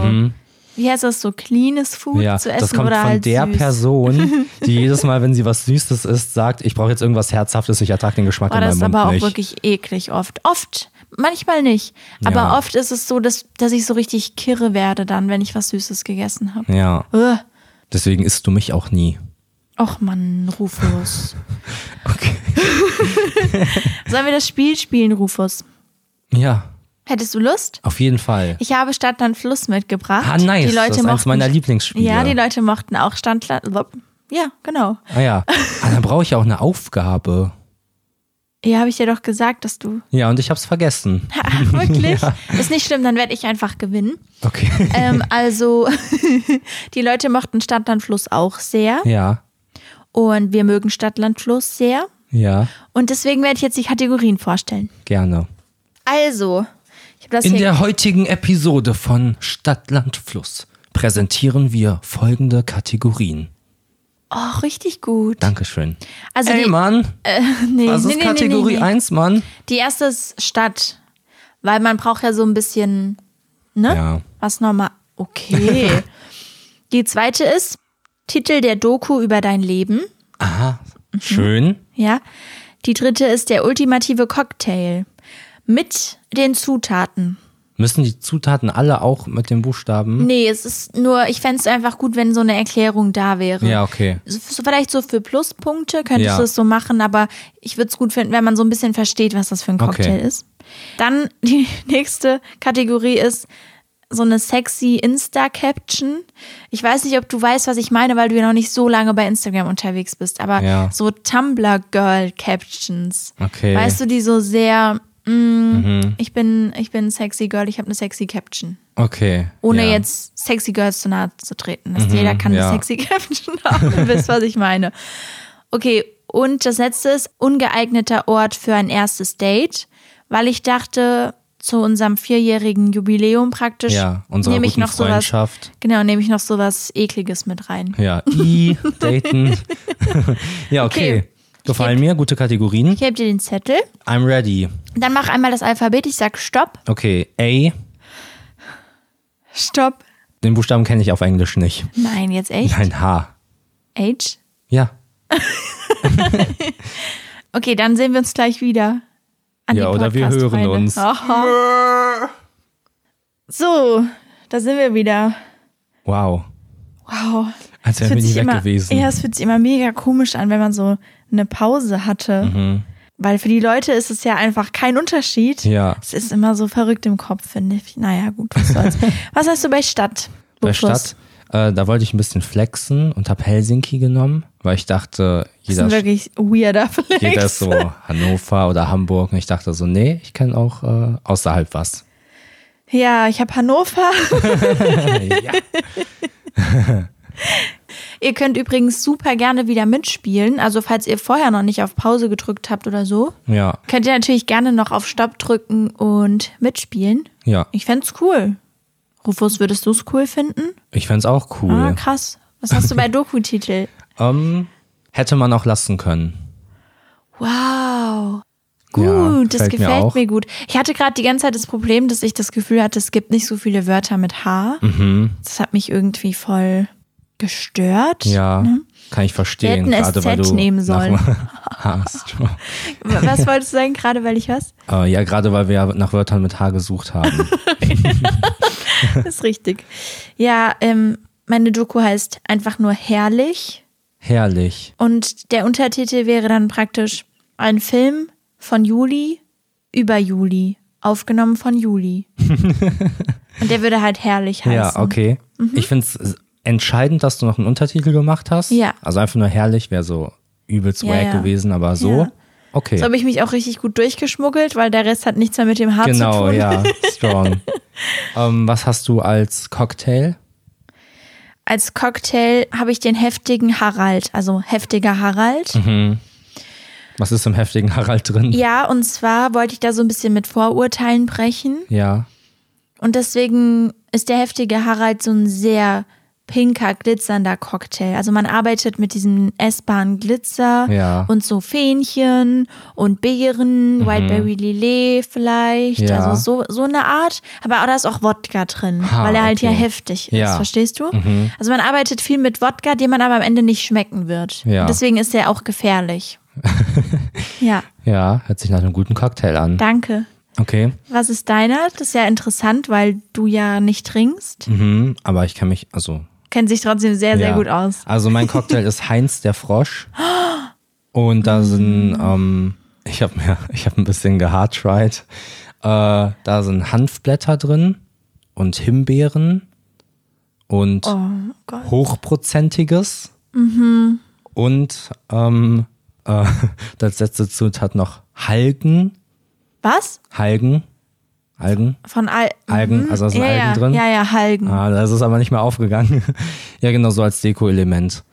Speaker 1: wie heißt das, so cleanes Food
Speaker 2: Mhm. Ja,
Speaker 1: zu essen
Speaker 2: das kommt
Speaker 1: oder
Speaker 2: von
Speaker 1: halt
Speaker 2: der
Speaker 1: süß.
Speaker 2: Person, die jedes Mal, wenn sie was Süßes isst, sagt, ich brauche jetzt irgendwas Herzhaftes, ich ertrage den Geschmack
Speaker 1: Boah,
Speaker 2: in
Speaker 1: das
Speaker 2: meinem
Speaker 1: ist
Speaker 2: Mund
Speaker 1: aber auch
Speaker 2: nicht.
Speaker 1: wirklich eklig oft. Oft, manchmal nicht. Aber
Speaker 2: Ja.
Speaker 1: oft ist es so, dass, dass ich so richtig kirre werde dann, wenn ich was Süßes gegessen habe.
Speaker 2: ja,
Speaker 1: Äh,
Speaker 2: deswegen isst du mich auch nie.
Speaker 1: Och Mann, Rufus.
Speaker 2: Okay.
Speaker 1: Sollen wir das Spiel spielen, Rufus?
Speaker 2: Ja,
Speaker 1: Hättest du Lust?
Speaker 2: auf jeden Fall.
Speaker 1: Ich habe Stadt, Land, Fluss mitgebracht.
Speaker 2: Ah, nice.
Speaker 1: Die Leute
Speaker 2: das ist eines
Speaker 1: mochten,
Speaker 2: meiner Lieblingsspiele.
Speaker 1: Ja, die Leute mochten auch Stadt, Land, ja, genau.
Speaker 2: ah ja, ah, dann brauche ich ja auch eine Aufgabe.
Speaker 1: Ja, habe ich dir doch gesagt, dass du
Speaker 2: Ja, und ich habe es vergessen.
Speaker 1: Wirklich? Ist nicht schlimm, dann werde ich einfach gewinnen.
Speaker 2: Okay.
Speaker 1: Ähm, also, die Leute mochten Stadtlandfluss auch sehr
Speaker 2: Ja,
Speaker 1: und wir mögen Stadtlandfluss sehr.
Speaker 2: ja,
Speaker 1: Und deswegen werde ich jetzt die Kategorien vorstellen.
Speaker 2: gerne.
Speaker 1: Also, ich habe das
Speaker 2: In
Speaker 1: hier.
Speaker 2: der heutigen Episode von Stadt, Land, Fluss präsentieren wir folgende Kategorien.
Speaker 1: Oh, richtig gut.
Speaker 2: Dankeschön.
Speaker 1: Also
Speaker 2: Ey,
Speaker 1: die,
Speaker 2: Mann,
Speaker 1: nee,
Speaker 2: Ähm, was
Speaker 1: nee,
Speaker 2: ist
Speaker 1: nee,
Speaker 2: Kategorie
Speaker 1: nee, nee.
Speaker 2: 1, Mann?
Speaker 1: Die erste ist Stadt. Weil man braucht ja so ein bisschen, ne?
Speaker 2: Ja.
Speaker 1: Was nochmal. Okay. die zweite ist Titel der Doku über dein Leben.
Speaker 2: Aha,
Speaker 1: Mhm.
Speaker 2: schön.
Speaker 1: Ja. Die dritte ist der ultimative Cocktail mit den Zutaten.
Speaker 2: Müssen die Zutaten alle auch mit den Buchstaben?
Speaker 1: Nee, es ist nur, ich fänd's einfach gut, wenn so eine Erklärung da wäre.
Speaker 2: Ja, okay.
Speaker 1: So, so vielleicht so für Pluspunkte könntest
Speaker 2: Ja.
Speaker 1: du es so machen, aber ich würd's gut finden, wenn man so ein bisschen versteht, was das für ein Cocktail
Speaker 2: Okay.
Speaker 1: ist. Dann die nächste Kategorie ist so eine sexy Insta-Caption. Ich weiß nicht, ob du weißt, was ich meine, weil du ja noch nicht so lange bei Instagram unterwegs bist, aber
Speaker 2: Ja.
Speaker 1: so Tumblr-Girl-Captions.
Speaker 2: Okay. Mhm.
Speaker 1: Weißt du, die so sehr, mm, ich bin, ich bin sexy Girl, ich habe eine sexy Caption.
Speaker 2: Okay.
Speaker 1: Ohne
Speaker 2: ja. Mhm,
Speaker 1: jetzt sexy Girls zu nahe zu treten. Dass jeder kann
Speaker 2: ja.
Speaker 1: eine sexy Caption haben, ihr wisst, was ich meine. Okay, und das letzte ist ungeeigneter Ort für ein erstes Date, weil ich dachte, zu unserem vierjährigen Jubiläum praktisch
Speaker 2: Ja, unserer
Speaker 1: nehme ich
Speaker 2: guten
Speaker 1: noch sowas.
Speaker 2: Freundschaft.
Speaker 1: Genau, nehme ich noch sowas Ekliges mit rein.
Speaker 2: Ja, I, daten. ja, okay.
Speaker 1: Okay.
Speaker 2: Gefallen mir, gute Kategorien.
Speaker 1: Ich heb dir den Zettel.
Speaker 2: I'm ready.
Speaker 1: Dann mach einmal das Alphabet. Ich sag Stopp.
Speaker 2: Okay, A,
Speaker 1: Stopp.
Speaker 2: den Buchstaben kenne ich auf Englisch nicht.
Speaker 1: Nein, jetzt echt?
Speaker 2: Nein, H.
Speaker 1: H?
Speaker 2: Ja,
Speaker 1: Okay, dann sehen wir uns gleich wieder. An die
Speaker 2: Ja, oder wir
Speaker 1: Podcast-Freunde.
Speaker 2: hören uns.
Speaker 1: Aha. So, da sind wir wieder.
Speaker 2: Wow.
Speaker 1: Wow.
Speaker 2: Als wären
Speaker 1: fühlt
Speaker 2: wir nie
Speaker 1: sich
Speaker 2: weg
Speaker 1: immer,
Speaker 2: gewesen. Mhm.
Speaker 1: Ja, es fühlt sich immer mega komisch an, wenn man so eine Pause hatte. Weil für die Leute ist es ja einfach kein Unterschied.
Speaker 2: Ja.
Speaker 1: Es ist immer so verrückt im Kopf, finde ich. Naja, gut, was soll's. was hast du bei Stadt?
Speaker 2: Bei
Speaker 1: Buchschluss?
Speaker 2: Stadt, äh, da wollte ich ein bisschen flexen und habe Helsinki genommen, weil ich dachte,
Speaker 1: Das ist ein
Speaker 2: jeder,
Speaker 1: wirklich weirder Flex.
Speaker 2: jeder ist so Hannover oder Hamburg. Und ich dachte so, nee, ich kann auch äh, außerhalb was.
Speaker 1: Ja, ich habe Hannover.
Speaker 2: ja.
Speaker 1: Ihr könnt übrigens super gerne wieder mitspielen. Also falls ihr vorher noch nicht auf Pause gedrückt habt oder so,
Speaker 2: ja,
Speaker 1: könnt ihr natürlich gerne noch auf Stopp drücken und mitspielen.
Speaker 2: ja.
Speaker 1: Ich fänd's cool. Rufus, würdest du's cool finden?
Speaker 2: Ich fänd's auch
Speaker 1: Ah,
Speaker 2: cool.
Speaker 1: krass. Was hast du bei Doku-Titel?
Speaker 2: Ähm, hätte man auch lassen können.
Speaker 1: Wow. Gut, das
Speaker 2: Ja, gefällt mir
Speaker 1: gefällt mir,
Speaker 2: auch.
Speaker 1: gut. Ich hatte gerade die ganze Zeit das Problem, dass ich das Gefühl hatte, es gibt nicht so viele Wörter mit H.
Speaker 2: Mhm.
Speaker 1: Das hat mich irgendwie voll gestört.
Speaker 2: Ja, kann ich
Speaker 1: Ne? Wir
Speaker 2: verstehen.
Speaker 1: hätten
Speaker 2: Gerade weil
Speaker 1: SZ
Speaker 2: du
Speaker 1: nehmen
Speaker 2: nach- Ah,
Speaker 1: sollen.
Speaker 2: hast.
Speaker 1: Was wolltest du sagen, gerade weil ich was?
Speaker 2: Äh, ja, gerade weil wir ja nach Wörtern mit H gesucht haben.
Speaker 1: Das ist richtig. Ja, ähm, meine Doku heißt einfach nur herrlich.
Speaker 2: Herrlich.
Speaker 1: Und der Untertitel wäre dann praktisch ein Film von Juli über Juli, aufgenommen von Juli. Und der würde halt herrlich heißen. Mhm.
Speaker 2: Ja, okay. Ich find's entscheidend, dass du noch einen Untertitel gemacht hast.
Speaker 1: Ja.
Speaker 2: Also einfach nur herrlich wäre so übelst
Speaker 1: Ja,
Speaker 2: wack
Speaker 1: ja.
Speaker 2: gewesen, aber so.
Speaker 1: Ja.
Speaker 2: Okay.
Speaker 1: So habe ich mich auch richtig gut durchgeschmuggelt, weil der Rest hat nichts mehr mit dem Haar zu
Speaker 2: genau,
Speaker 1: tun.
Speaker 2: ja. Strong. ähm, was hast du als Cocktail?
Speaker 1: Als Cocktail habe ich den heftigen Harald, also heftiger Harald.
Speaker 2: Mhm. Was ist im heftigen Harald drin?
Speaker 1: Ja, und zwar wollte ich da so ein bisschen mit Vorurteilen brechen.
Speaker 2: Ja.
Speaker 1: Und deswegen ist der heftige Harald so ein sehr pinker, glitzernder Cocktail. Also man arbeitet mit diesem essbaren Glitzer
Speaker 2: Ja. Mhm.
Speaker 1: und so Fähnchen und Beeren, Whiteberry Lillet vielleicht.
Speaker 2: Ja.
Speaker 1: Also so, so eine Art. Aber da ist auch Wodka drin,
Speaker 2: Ha,
Speaker 1: weil er halt ja
Speaker 2: Ah, okay.
Speaker 1: heftig ist,
Speaker 2: Ja. Mhm.
Speaker 1: verstehst du? Also man arbeitet viel mit Wodka, den man aber am Ende nicht schmecken wird.
Speaker 2: Ja.
Speaker 1: Und deswegen ist der auch gefährlich. ja,
Speaker 2: Ja, hört sich nach einem guten Cocktail an.
Speaker 1: danke.
Speaker 2: Okay.
Speaker 1: Was ist deiner? Das ist ja interessant, weil du ja nicht trinkst.
Speaker 2: Mhm, aber ich kann mich, also.
Speaker 1: Kennt sich trotzdem sehr, sehr
Speaker 2: ja.
Speaker 1: gut aus.
Speaker 2: Also mein Cocktail ist Heinz der Frosch. Und da sind, ähm, ich habe mir, ich habe ein bisschen gehardtried. Äh, da sind Hanfblätter drin und Himbeeren und
Speaker 1: Oh Gott.
Speaker 2: hochprozentiges. Mhm. Und ähm, äh, das letzte Zutat noch Halgen.
Speaker 1: Was?
Speaker 2: Halgen. Algen.
Speaker 1: Von Al Mhm.
Speaker 2: Algen, also da sind
Speaker 1: ja,
Speaker 2: Algen
Speaker 1: ja.
Speaker 2: drin.
Speaker 1: Ja, ja, Halgen.
Speaker 2: Ah, das ist aber nicht mehr aufgegangen. ja, genau, so als Deko-Element.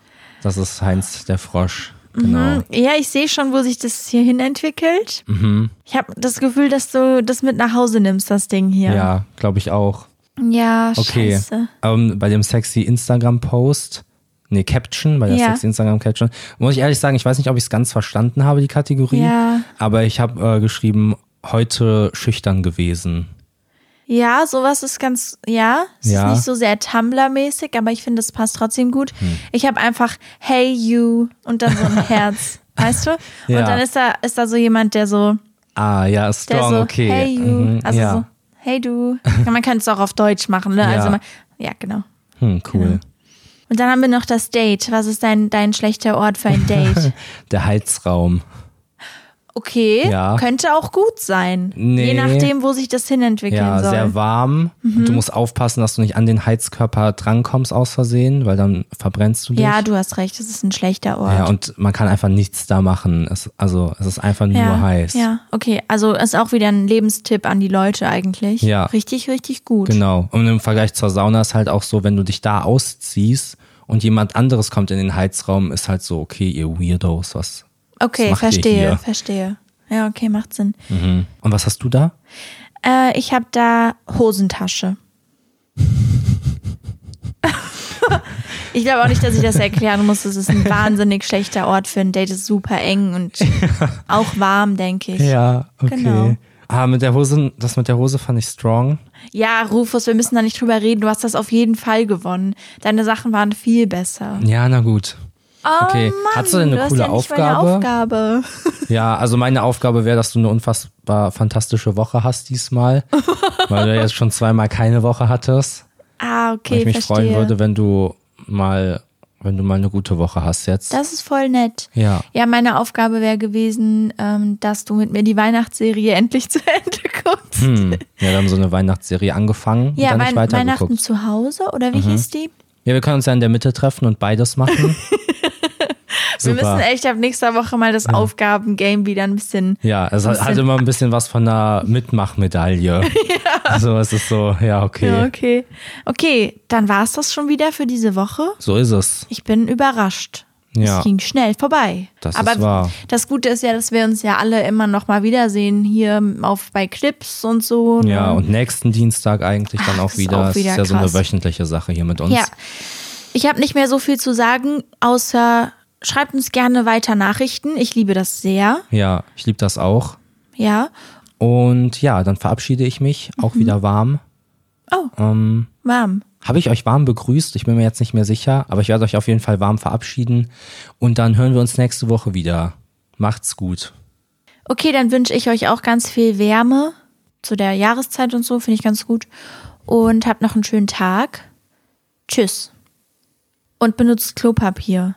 Speaker 2: Das ist Heinz der Frosch. Genau.
Speaker 1: Mhm. Ja, ich sehe schon, wo sich das hier hin entwickelt.
Speaker 2: Mhm.
Speaker 1: Ich habe das Gefühl, dass du das mit nach Hause nimmst, das Ding hier.
Speaker 2: Ja, glaube ich auch.
Speaker 1: ja
Speaker 2: Okay.
Speaker 1: scheiße.
Speaker 2: Ähm, bei dem sexy Instagram-Post, nee, Caption, bei der
Speaker 1: Ja.
Speaker 2: sexy Instagram-Caption, muss ich ehrlich sagen, ich weiß nicht, ob ich es ganz verstanden habe, die Kategorie.
Speaker 1: Ja.
Speaker 2: Aber ich habe äh, geschrieben, heute schüchtern gewesen.
Speaker 1: Ja, sowas ist ganz, ja, es
Speaker 2: Ja.
Speaker 1: ist nicht so sehr Tumblr-mäßig, aber ich finde, es passt trotzdem gut.
Speaker 2: Hm.
Speaker 1: Ich habe einfach Hey you und dann so ein Herz, weißt du?
Speaker 2: Ja.
Speaker 1: Und dann ist da, ist da so jemand, der so,
Speaker 2: Ah, ja,
Speaker 1: Der
Speaker 2: strong,
Speaker 1: so,
Speaker 2: okay.
Speaker 1: hey you.
Speaker 2: Mhm,
Speaker 1: also
Speaker 2: ja,
Speaker 1: so, hey du. Ja, Man kann es auch auf Deutsch machen, ne? Also
Speaker 2: Ja.
Speaker 1: man, ja, genau.
Speaker 2: hm, cool.
Speaker 1: Und dann haben wir noch das Date. Was ist dein, dein schlechter Ort für ein Date?
Speaker 2: Der Heizraum.
Speaker 1: Okay,
Speaker 2: Ja.
Speaker 1: könnte auch gut sein. Je
Speaker 2: Nee.
Speaker 1: nachdem, wo sich das hinentwickeln
Speaker 2: Ja,
Speaker 1: soll.
Speaker 2: sehr warm. Und du
Speaker 1: Mhm.
Speaker 2: musst aufpassen, dass du nicht an den Heizkörper drankommst aus Versehen, weil dann verbrennst du dich.
Speaker 1: ja, du hast recht, es ist ein schlechter Ort.
Speaker 2: ja und man kann einfach nichts da machen. Es, also es ist einfach nur
Speaker 1: ja,
Speaker 2: heiß.
Speaker 1: ja, okay. Also ist auch wieder ein Lebenstipp an die Leute eigentlich.
Speaker 2: Ja.
Speaker 1: Richtig, richtig gut.
Speaker 2: Genau. Und im Vergleich zur Sauna ist halt auch so, wenn du dich da ausziehst und jemand anderes kommt in den Heizraum, ist halt so, okay, ihr Weirdos, was.
Speaker 1: Okay,
Speaker 2: was macht ihr
Speaker 1: verstehe,
Speaker 2: hier?
Speaker 1: verstehe. Ja, okay, macht Sinn.
Speaker 2: Mhm. Und was hast du da?
Speaker 1: Äh, ich habe da Hosentasche. ich glaube auch nicht, dass ich das erklären muss. Es ist ein wahnsinnig schlechter Ort für ein Date. Es ist super eng und auch warm, denke ich. Ja.
Speaker 2: okay.
Speaker 1: Genau.
Speaker 2: Ah, mit der Hose, das mit der Hose fand ich strong.
Speaker 1: Rufus, wir müssen da nicht drüber reden. Du hast das auf jeden Fall gewonnen. Deine Sachen waren viel besser.
Speaker 2: Ja, na gut.
Speaker 1: Oh
Speaker 2: Okay.
Speaker 1: Mann,
Speaker 2: Hast du denn eine
Speaker 1: hast
Speaker 2: coole
Speaker 1: ja nicht meine
Speaker 2: Aufgabe?
Speaker 1: Aufgabe?
Speaker 2: Ja, also meine Aufgabe wäre, dass du eine unfassbar fantastische Woche hast diesmal, weil du jetzt schon zweimal keine Woche hattest.
Speaker 1: Ah,
Speaker 2: Und
Speaker 1: okay,
Speaker 2: ich mich
Speaker 1: verstehe.
Speaker 2: freuen würde, wenn du mal, wenn du mal eine gute Woche hast jetzt.
Speaker 1: Das ist voll nett.
Speaker 2: Ja.
Speaker 1: Ja, meine Aufgabe wäre gewesen, ähm, dass du mit mir die Weihnachtsserie endlich zu Ende guckst.
Speaker 2: Hm. Ja, wir haben so eine Weihnachtsserie angefangen und
Speaker 1: Ja,
Speaker 2: dann nicht
Speaker 1: Wein Weihnachten
Speaker 2: weitergeguckt. Mhm.
Speaker 1: zu Hause oder wie hieß die?
Speaker 2: Ja, wir können uns ja in der Mitte treffen und beides machen.
Speaker 1: Wir
Speaker 2: Super.
Speaker 1: müssen echt ab nächster Woche mal das Aufgabengame wieder ein bisschen.
Speaker 2: ja, es hat, hat
Speaker 1: bisschen-
Speaker 2: immer ein bisschen was von einer Mitmachmedaille. ja. Also es ist so, ja, okay.
Speaker 1: Ja, okay. Okay, dann war es das schon wieder für diese Woche.
Speaker 2: So ist es.
Speaker 1: Ich bin überrascht.
Speaker 2: Ja.
Speaker 1: Es ging schnell vorbei.
Speaker 2: Das ist
Speaker 1: Aber
Speaker 2: wahr.
Speaker 1: das Gute ist ja, dass wir uns ja alle immer noch mal wiedersehen hier auf bei Clips und so. ne?
Speaker 2: Ja, und nächsten Dienstag eigentlich dann
Speaker 1: Ach,
Speaker 2: auch
Speaker 1: das ist
Speaker 2: wieder.
Speaker 1: auch
Speaker 2: Es
Speaker 1: wieder
Speaker 2: ist ja so eine
Speaker 1: krass.
Speaker 2: wöchentliche Sache hier mit uns.
Speaker 1: Ja. Ich habe nicht mehr so viel zu sagen, außer schreibt uns gerne weiter Nachrichten. Ich liebe das sehr.
Speaker 2: ja ich liebe das auch.
Speaker 1: Ja.
Speaker 2: Und ja, dann verabschiede ich mich, auch
Speaker 1: Mhm.
Speaker 2: wieder warm.
Speaker 1: Oh,
Speaker 2: Ähm,
Speaker 1: warm.
Speaker 2: Habe ich euch warm begrüßt? Ich bin mir jetzt nicht mehr sicher, aber ich werde euch auf jeden Fall warm verabschieden. Und dann hören wir uns nächste Woche wieder. Macht's gut.
Speaker 1: Okay, dann wünsche ich euch auch ganz viel Wärme zu der Jahreszeit und so, finde ich ganz gut. Und habt noch einen schönen Tag. Tschüss. Und benutzt Klopapier.